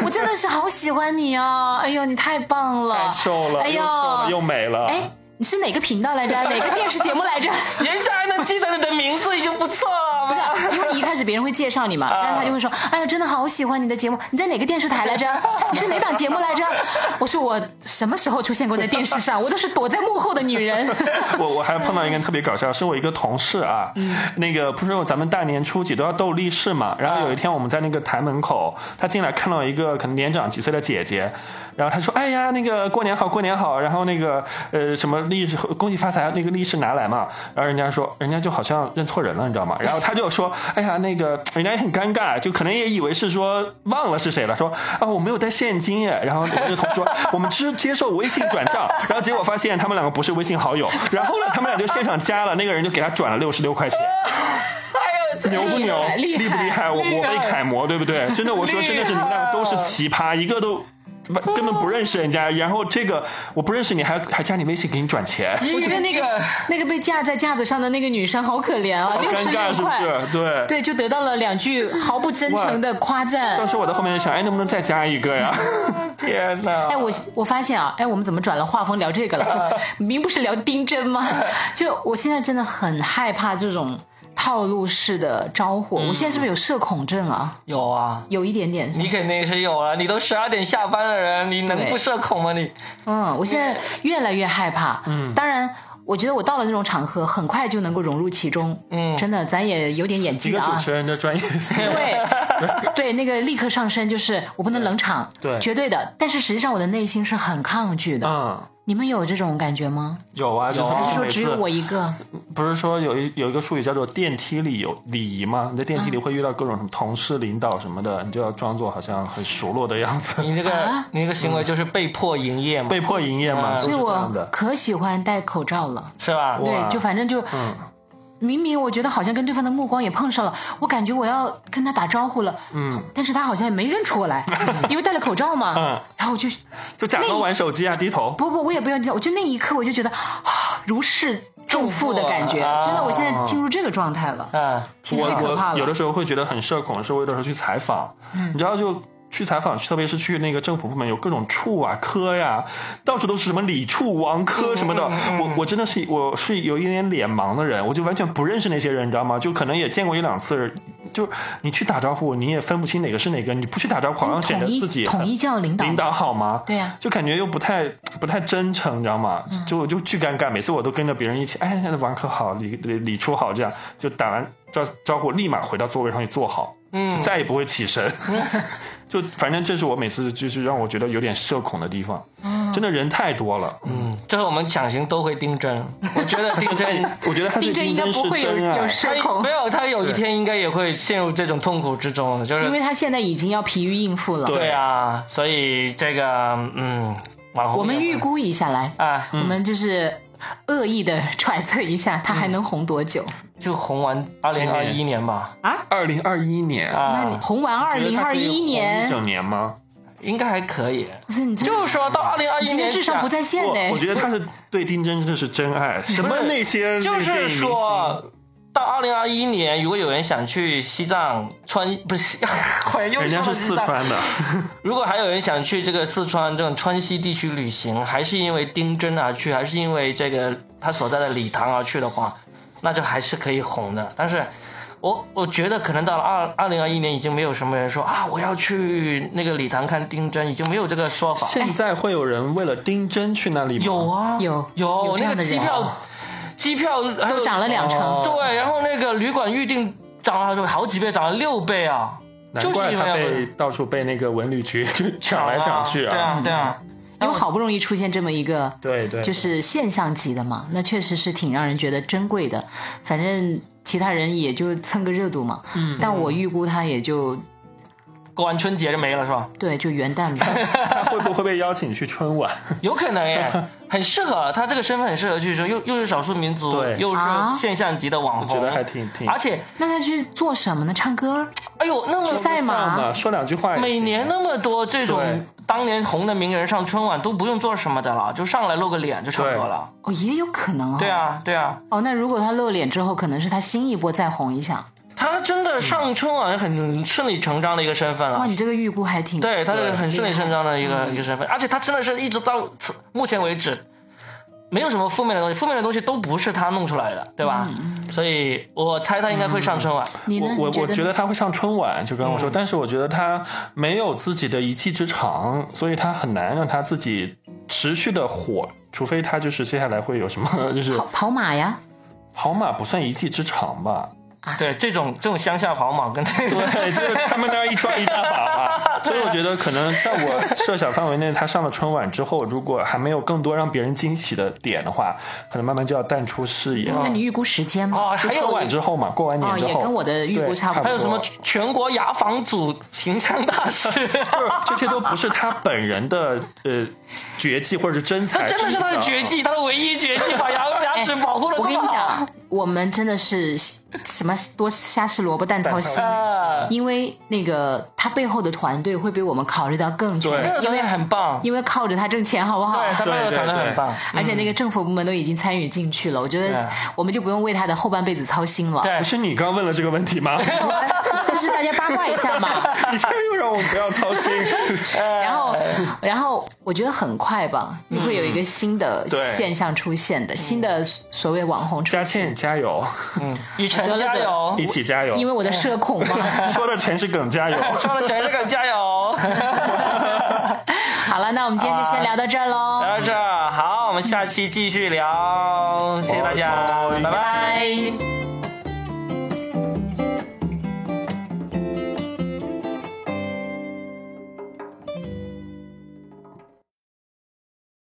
[SPEAKER 2] 我真哦的是好喜欢你啊！哎呦，你太棒了，
[SPEAKER 3] 太瘦了，
[SPEAKER 2] 哎
[SPEAKER 3] 又瘦
[SPEAKER 2] 呀
[SPEAKER 3] 了，又美了。
[SPEAKER 2] 哎，你是哪个频道来着？哪个电视节目
[SPEAKER 3] (laughs)
[SPEAKER 2] 来着？
[SPEAKER 4] 人家还能记得你的名字已经不错了，不是？
[SPEAKER 2] 因为一开始别人会介绍你嘛，
[SPEAKER 3] 啊
[SPEAKER 2] 但是他就会说：“哎呀，真的好喜欢你的节目，你在哪个电视台来着？你是哪档节目来着？” (laughs) 我说：“我什么时候出现过在电视上？我都是躲在幕后的女
[SPEAKER 3] (laughs)
[SPEAKER 2] 人。 (laughs)
[SPEAKER 3] 我我还碰到一个特别搞笑，是我一个同事啊，那个不是有咱们大年初几都要斗力士嘛，然后有一天我们在那个台门口，他进来看到一个可能年长几岁的姐姐，然后他说：“哎呀，那个过年好，过年好。”然后那个呃什么力士，恭喜发财，那个力士拿来嘛，然后人家说，人家就好像认错人了，你知道吗？然后他就说：“哎呀，那个人家也很尴尬，就可能也以为是说忘了是谁了，说啊我没有带现金耶。”然后我就同事说：“ (laughs) 我们只接受微信转账。”然后结果发现他们两个不是微信好友，然后呢，他们俩就现场加了，那个人就给他转了六十六块钱。
[SPEAKER 4] 哎呦，
[SPEAKER 3] 牛不牛？
[SPEAKER 2] 厉害
[SPEAKER 3] 厉不厉害？我我被楷模，对不对？真的，我说真的是你们俩都是奇葩，一个都根本不认识人家，然后这个我不认识你还还加你微信给你转钱，”
[SPEAKER 4] 因为那个。
[SPEAKER 2] 那个被架在架子上的那个女生好可怜啊，
[SPEAKER 3] 好
[SPEAKER 2] 六
[SPEAKER 3] 尴
[SPEAKER 2] 十
[SPEAKER 3] 尬，是
[SPEAKER 2] 六
[SPEAKER 3] 不
[SPEAKER 2] 块，
[SPEAKER 3] 是？对。
[SPEAKER 2] 对，就得到了两句毫不真诚的夸赞
[SPEAKER 3] 当。时我在后面想，哎，能不能再加一个呀？ (laughs)
[SPEAKER 4] 天哪！
[SPEAKER 2] 哎，我我发现啊，哎，我们怎么转了画风聊这个
[SPEAKER 3] (laughs)
[SPEAKER 2] 了？明不是聊丁真吗？ (laughs) 就我现在真的很害怕这种套路式的招呼。我现在是不是有社恐症啊？
[SPEAKER 4] 有啊，
[SPEAKER 2] 有一点
[SPEAKER 3] 嗯
[SPEAKER 2] 点。
[SPEAKER 4] 你肯定是有啊！你都十二点下班的人，你能不社恐吗？你
[SPEAKER 2] 嗯，我现在越来越害怕。嗯，当然。我觉得我到了那种场合，很快就能够融入其中。嗯，真的，咱也有点演
[SPEAKER 3] 几
[SPEAKER 2] 技
[SPEAKER 3] 个
[SPEAKER 2] 的
[SPEAKER 3] 主
[SPEAKER 2] 啊。
[SPEAKER 3] 持人的专业，
[SPEAKER 2] 对，对，那个立刻上身，就是我不能冷场，
[SPEAKER 3] 对
[SPEAKER 2] 绝对的。但是实际上我的内心是很抗拒的。
[SPEAKER 3] 嗯，
[SPEAKER 2] 你们有这种感觉吗？
[SPEAKER 3] 有啊，就是
[SPEAKER 2] 还
[SPEAKER 3] 他
[SPEAKER 2] 是
[SPEAKER 3] 们
[SPEAKER 2] 说
[SPEAKER 3] 每
[SPEAKER 2] 只
[SPEAKER 3] 次
[SPEAKER 2] 有我一个？
[SPEAKER 3] 不是说有一有一个术语叫做电梯里有礼仪吗？你在电
[SPEAKER 2] 嗯
[SPEAKER 3] 梯里会遇到各种什么同事、领导什么的，你就要装作好像很熟络的样子，
[SPEAKER 4] 你这个、
[SPEAKER 2] 啊
[SPEAKER 4] 你这个行为就是被迫营业嘛，
[SPEAKER 3] 被迫营业嘛，都
[SPEAKER 2] 所以
[SPEAKER 3] 是这样
[SPEAKER 2] 我
[SPEAKER 3] 的。
[SPEAKER 2] 可喜欢戴口罩了。
[SPEAKER 4] 是吧？
[SPEAKER 3] 哇嗯
[SPEAKER 2] 对，就反正就。明明我觉得好像跟对方的目光也碰上了，我感觉我要跟他打招呼了，嗯，但是他好像也没认出我
[SPEAKER 3] (laughs)
[SPEAKER 2] 来，因为戴了口罩嘛，
[SPEAKER 3] 嗯，
[SPEAKER 2] 然后我就
[SPEAKER 3] 就假装玩手机啊，低头。
[SPEAKER 2] 不不，我也不要紧，我就那一刻我就觉得啊，如释重负的感觉
[SPEAKER 4] 重负啊，
[SPEAKER 2] 真的，我现在进入这个状态了，
[SPEAKER 4] 嗯，
[SPEAKER 2] 天
[SPEAKER 3] 我
[SPEAKER 2] 太可怕
[SPEAKER 3] 啊我有
[SPEAKER 2] 了。嗯
[SPEAKER 3] 的时候会觉得很社恐，是我有的时候去采访，你知道就。去采访，特别是去那个政府部门，有各种处啊、科呀、到处都是什么李处、王
[SPEAKER 2] 嗯
[SPEAKER 3] 科什么的。我我真的是我是有一点脸盲的人，我就完全不认识那些人，你知道吗？就可能也见过一两次，就你去打招呼，你也分不清哪个是哪个，你不去打招呼，好像显
[SPEAKER 2] 统
[SPEAKER 3] 得
[SPEAKER 2] 一
[SPEAKER 3] 自己
[SPEAKER 2] 统一叫领导，
[SPEAKER 3] 领导好吗？
[SPEAKER 2] 对呀嗯
[SPEAKER 3] 就感觉又不太不太真诚，你知道吗？就我就巨尴尬，每次我都跟着别人一起，哎，现在王可好，李李李初好，这样就打完招招呼，立马回到座位上去坐好，嗯，再也不会起身。
[SPEAKER 2] (laughs)
[SPEAKER 3] 就反正这是我每次就是让我觉得有点社恐的地方，
[SPEAKER 2] 嗯
[SPEAKER 3] 真的人太多了。
[SPEAKER 4] 这是我们强行都会定真，我觉得定真。
[SPEAKER 3] 我觉得他是
[SPEAKER 2] 定真应该不会有
[SPEAKER 3] 真爱啊
[SPEAKER 2] 有社
[SPEAKER 4] 他
[SPEAKER 2] 恐
[SPEAKER 4] 没，有，他有一天应该也会陷入这种痛苦之中的，就
[SPEAKER 2] 因为
[SPEAKER 4] 是
[SPEAKER 2] 他现在已经要疲于应付了。
[SPEAKER 4] 对啊，所以这个嗯，往后
[SPEAKER 2] 我们
[SPEAKER 4] 面
[SPEAKER 2] 预估一下来，
[SPEAKER 4] 啊，
[SPEAKER 2] 我们就是恶意的揣测一下，他还能红多久、
[SPEAKER 4] 就红完二零二一年吧，
[SPEAKER 2] 啊？
[SPEAKER 3] 二零二一年，
[SPEAKER 4] 啊
[SPEAKER 2] 那你红完啊二零二一
[SPEAKER 3] 一
[SPEAKER 2] 年，
[SPEAKER 3] 整年吗？
[SPEAKER 4] 应该还可以。
[SPEAKER 2] 不是你真的
[SPEAKER 4] 就是说到二零二
[SPEAKER 2] 你
[SPEAKER 4] 一
[SPEAKER 2] 今天
[SPEAKER 4] 年，
[SPEAKER 2] 智商不在线
[SPEAKER 3] 我
[SPEAKER 2] 呢、
[SPEAKER 3] 我觉得他是对丁真真的是真
[SPEAKER 2] (laughs)
[SPEAKER 3] 爱，什么那些
[SPEAKER 4] 就
[SPEAKER 3] 那些
[SPEAKER 4] 是
[SPEAKER 3] 明星
[SPEAKER 4] 说，到二零二一年，如果有人想去西藏川，不是， (laughs) 我又
[SPEAKER 3] 人家
[SPEAKER 4] 说
[SPEAKER 3] 是
[SPEAKER 4] 了西
[SPEAKER 3] 四
[SPEAKER 4] 藏。
[SPEAKER 3] 川
[SPEAKER 4] (laughs)
[SPEAKER 3] 的。
[SPEAKER 4] 如果还有人想去这个四川这种川西地区旅行，还是因为丁真而去，还是因为这个他所在的礼堂而去的话，那就还是可以红的。但是我我觉得可能到了二二零二一年，已经没有什么人说啊，我要去那个礼堂看丁真，已经没有这个说法。
[SPEAKER 3] 现在会有人为了丁真去那里吗？
[SPEAKER 4] 有啊，
[SPEAKER 2] 有有
[SPEAKER 4] 有
[SPEAKER 2] 这样
[SPEAKER 4] 那
[SPEAKER 2] 的
[SPEAKER 4] 个机
[SPEAKER 2] 人
[SPEAKER 4] 票，机票还有哦
[SPEAKER 2] 都涨了两成。
[SPEAKER 4] 对，然后那个旅馆预订涨了好几倍，涨了六倍啊！
[SPEAKER 3] 难
[SPEAKER 4] 就是
[SPEAKER 3] 怪
[SPEAKER 4] 因为
[SPEAKER 3] 他
[SPEAKER 4] 要
[SPEAKER 3] 被到处被那个文旅局抢来抢去
[SPEAKER 4] 对 (laughs) 啊，对啊，
[SPEAKER 2] 因为好不容易出现这么一个，
[SPEAKER 3] 对对
[SPEAKER 2] 就是现象级的嘛，那确实是挺让人觉得珍贵的。反正其他人也就蹭个热度嘛，嗯，但我预估他也就
[SPEAKER 4] 过完春节就没了是吧？
[SPEAKER 2] 对，就元旦吧。
[SPEAKER 4] (laughs)
[SPEAKER 3] 他会不会被邀请去春晚？
[SPEAKER 4] 有可能
[SPEAKER 3] (laughs)
[SPEAKER 4] 耶，很适合他这个身份，很适合去说，又又是少数民族，
[SPEAKER 3] 对
[SPEAKER 4] 又是
[SPEAKER 2] 啊
[SPEAKER 4] 现象级的网红，
[SPEAKER 3] 我觉得还挺挺
[SPEAKER 4] 而且，
[SPEAKER 2] 那他去做什么呢？唱歌？
[SPEAKER 4] 哎呦，那
[SPEAKER 2] 去赛
[SPEAKER 4] 么
[SPEAKER 2] 马
[SPEAKER 3] 上嘛，说两句话也行。
[SPEAKER 4] 啊每年那么多这种
[SPEAKER 3] 对
[SPEAKER 4] 当年红的名人上春晚都不用做什么的了，就上来露个脸就差不多了。
[SPEAKER 2] 哦，也有可能哦。
[SPEAKER 4] 对。啊，对啊，
[SPEAKER 2] 哦，那如果他露脸之后，可能是他新一波再红一下。
[SPEAKER 4] 他真的上春晚很顺理成章的一个身份啊了
[SPEAKER 2] 哇，。你这个预估还挺
[SPEAKER 4] 对，他是
[SPEAKER 3] 对
[SPEAKER 4] 很顺理成章的一个一个身份，而且他真的是一直到此目前为止，没有什么负面的东西，负面的东西都不是他弄出来的，对吧？所以我猜他应该会上春晚。
[SPEAKER 2] 你呢？
[SPEAKER 3] 我我
[SPEAKER 2] 你
[SPEAKER 3] 我觉
[SPEAKER 2] 呢
[SPEAKER 3] 得他会上春晚，就跟我说，但是我觉得他没有自己的一技之长，所以他很难让他自己持续的火，除非他就是接下来会有什么，就是
[SPEAKER 2] 跑跑马呀，
[SPEAKER 3] 跑马不算一技之长吧？
[SPEAKER 4] 对，这种这种乡下跑马跟这个
[SPEAKER 3] 对，就是他们那儿一抓一大把吧。所以我觉得可能在我设想范围内，他上了春晚之后，如果还没有更多让别人惊喜的点的话，可能慢慢就要淡出视野。
[SPEAKER 2] 那你预估时间吗？
[SPEAKER 4] (laughs) 哦，
[SPEAKER 3] 是
[SPEAKER 4] 还有
[SPEAKER 3] 春晚之后嘛，过完年
[SPEAKER 2] 哦
[SPEAKER 3] 之
[SPEAKER 2] 也
[SPEAKER 3] 后，
[SPEAKER 2] 跟我的预
[SPEAKER 3] 对
[SPEAKER 2] 估差不
[SPEAKER 3] 不
[SPEAKER 2] 多
[SPEAKER 4] 还有什么
[SPEAKER 3] 多
[SPEAKER 4] 全国牙防组形象大使？
[SPEAKER 3] 这些都不是他本人的呃绝技或者是真啊
[SPEAKER 4] 他
[SPEAKER 3] 才，
[SPEAKER 4] (laughs) 真的是他的绝。技，他的唯一绝技，把牙牙齿保护的
[SPEAKER 2] 哎我
[SPEAKER 4] 这
[SPEAKER 2] 跟你
[SPEAKER 4] 么好
[SPEAKER 2] 讲。，我们真的是什么多瞎吃萝卜淡操心
[SPEAKER 3] 淡，
[SPEAKER 4] 啊，
[SPEAKER 2] 因为那个他背后的团队会比我们考虑到更全
[SPEAKER 3] 对
[SPEAKER 4] 这
[SPEAKER 2] 面，
[SPEAKER 4] 个
[SPEAKER 2] 因
[SPEAKER 4] 专
[SPEAKER 2] 为
[SPEAKER 4] 业很棒，
[SPEAKER 2] 因为靠着他挣钱，好不好？
[SPEAKER 4] 对，他们
[SPEAKER 3] 对
[SPEAKER 4] 的
[SPEAKER 3] 对
[SPEAKER 4] 团队很
[SPEAKER 3] 对
[SPEAKER 4] 棒。
[SPEAKER 2] (laughs) 而且那个政府部门都已经参与进去了，我觉得
[SPEAKER 4] 对
[SPEAKER 2] 我们就不用为他的后半辈子操心了。
[SPEAKER 4] 对
[SPEAKER 3] 不是你刚问了这个问题
[SPEAKER 2] (laughs)
[SPEAKER 3] 吗？(laughs)
[SPEAKER 2] 就是大家八卦一下嘛。
[SPEAKER 3] 你现在又让我们不要操心。
[SPEAKER 2] 然后，然后我觉得很快吧，你会有一个新的
[SPEAKER 3] 对
[SPEAKER 2] 现象出现的，新的所谓网红出
[SPEAKER 3] 佳
[SPEAKER 2] 现。
[SPEAKER 3] 倩加油，
[SPEAKER 2] 得
[SPEAKER 4] 雨辰
[SPEAKER 2] 了
[SPEAKER 4] 加
[SPEAKER 2] 得
[SPEAKER 4] 油！
[SPEAKER 3] 一起加油。
[SPEAKER 2] 因为我的社恐嘛。
[SPEAKER 3] 说的全是梗，加油！
[SPEAKER 4] 说了全是梗，加油！
[SPEAKER 2] 好了，那我们今天就先聊到这儿喽，
[SPEAKER 4] 聊到这儿，好，我们下期继续聊，谢谢大家，
[SPEAKER 3] 猫猫
[SPEAKER 4] 拜拜
[SPEAKER 2] 拜。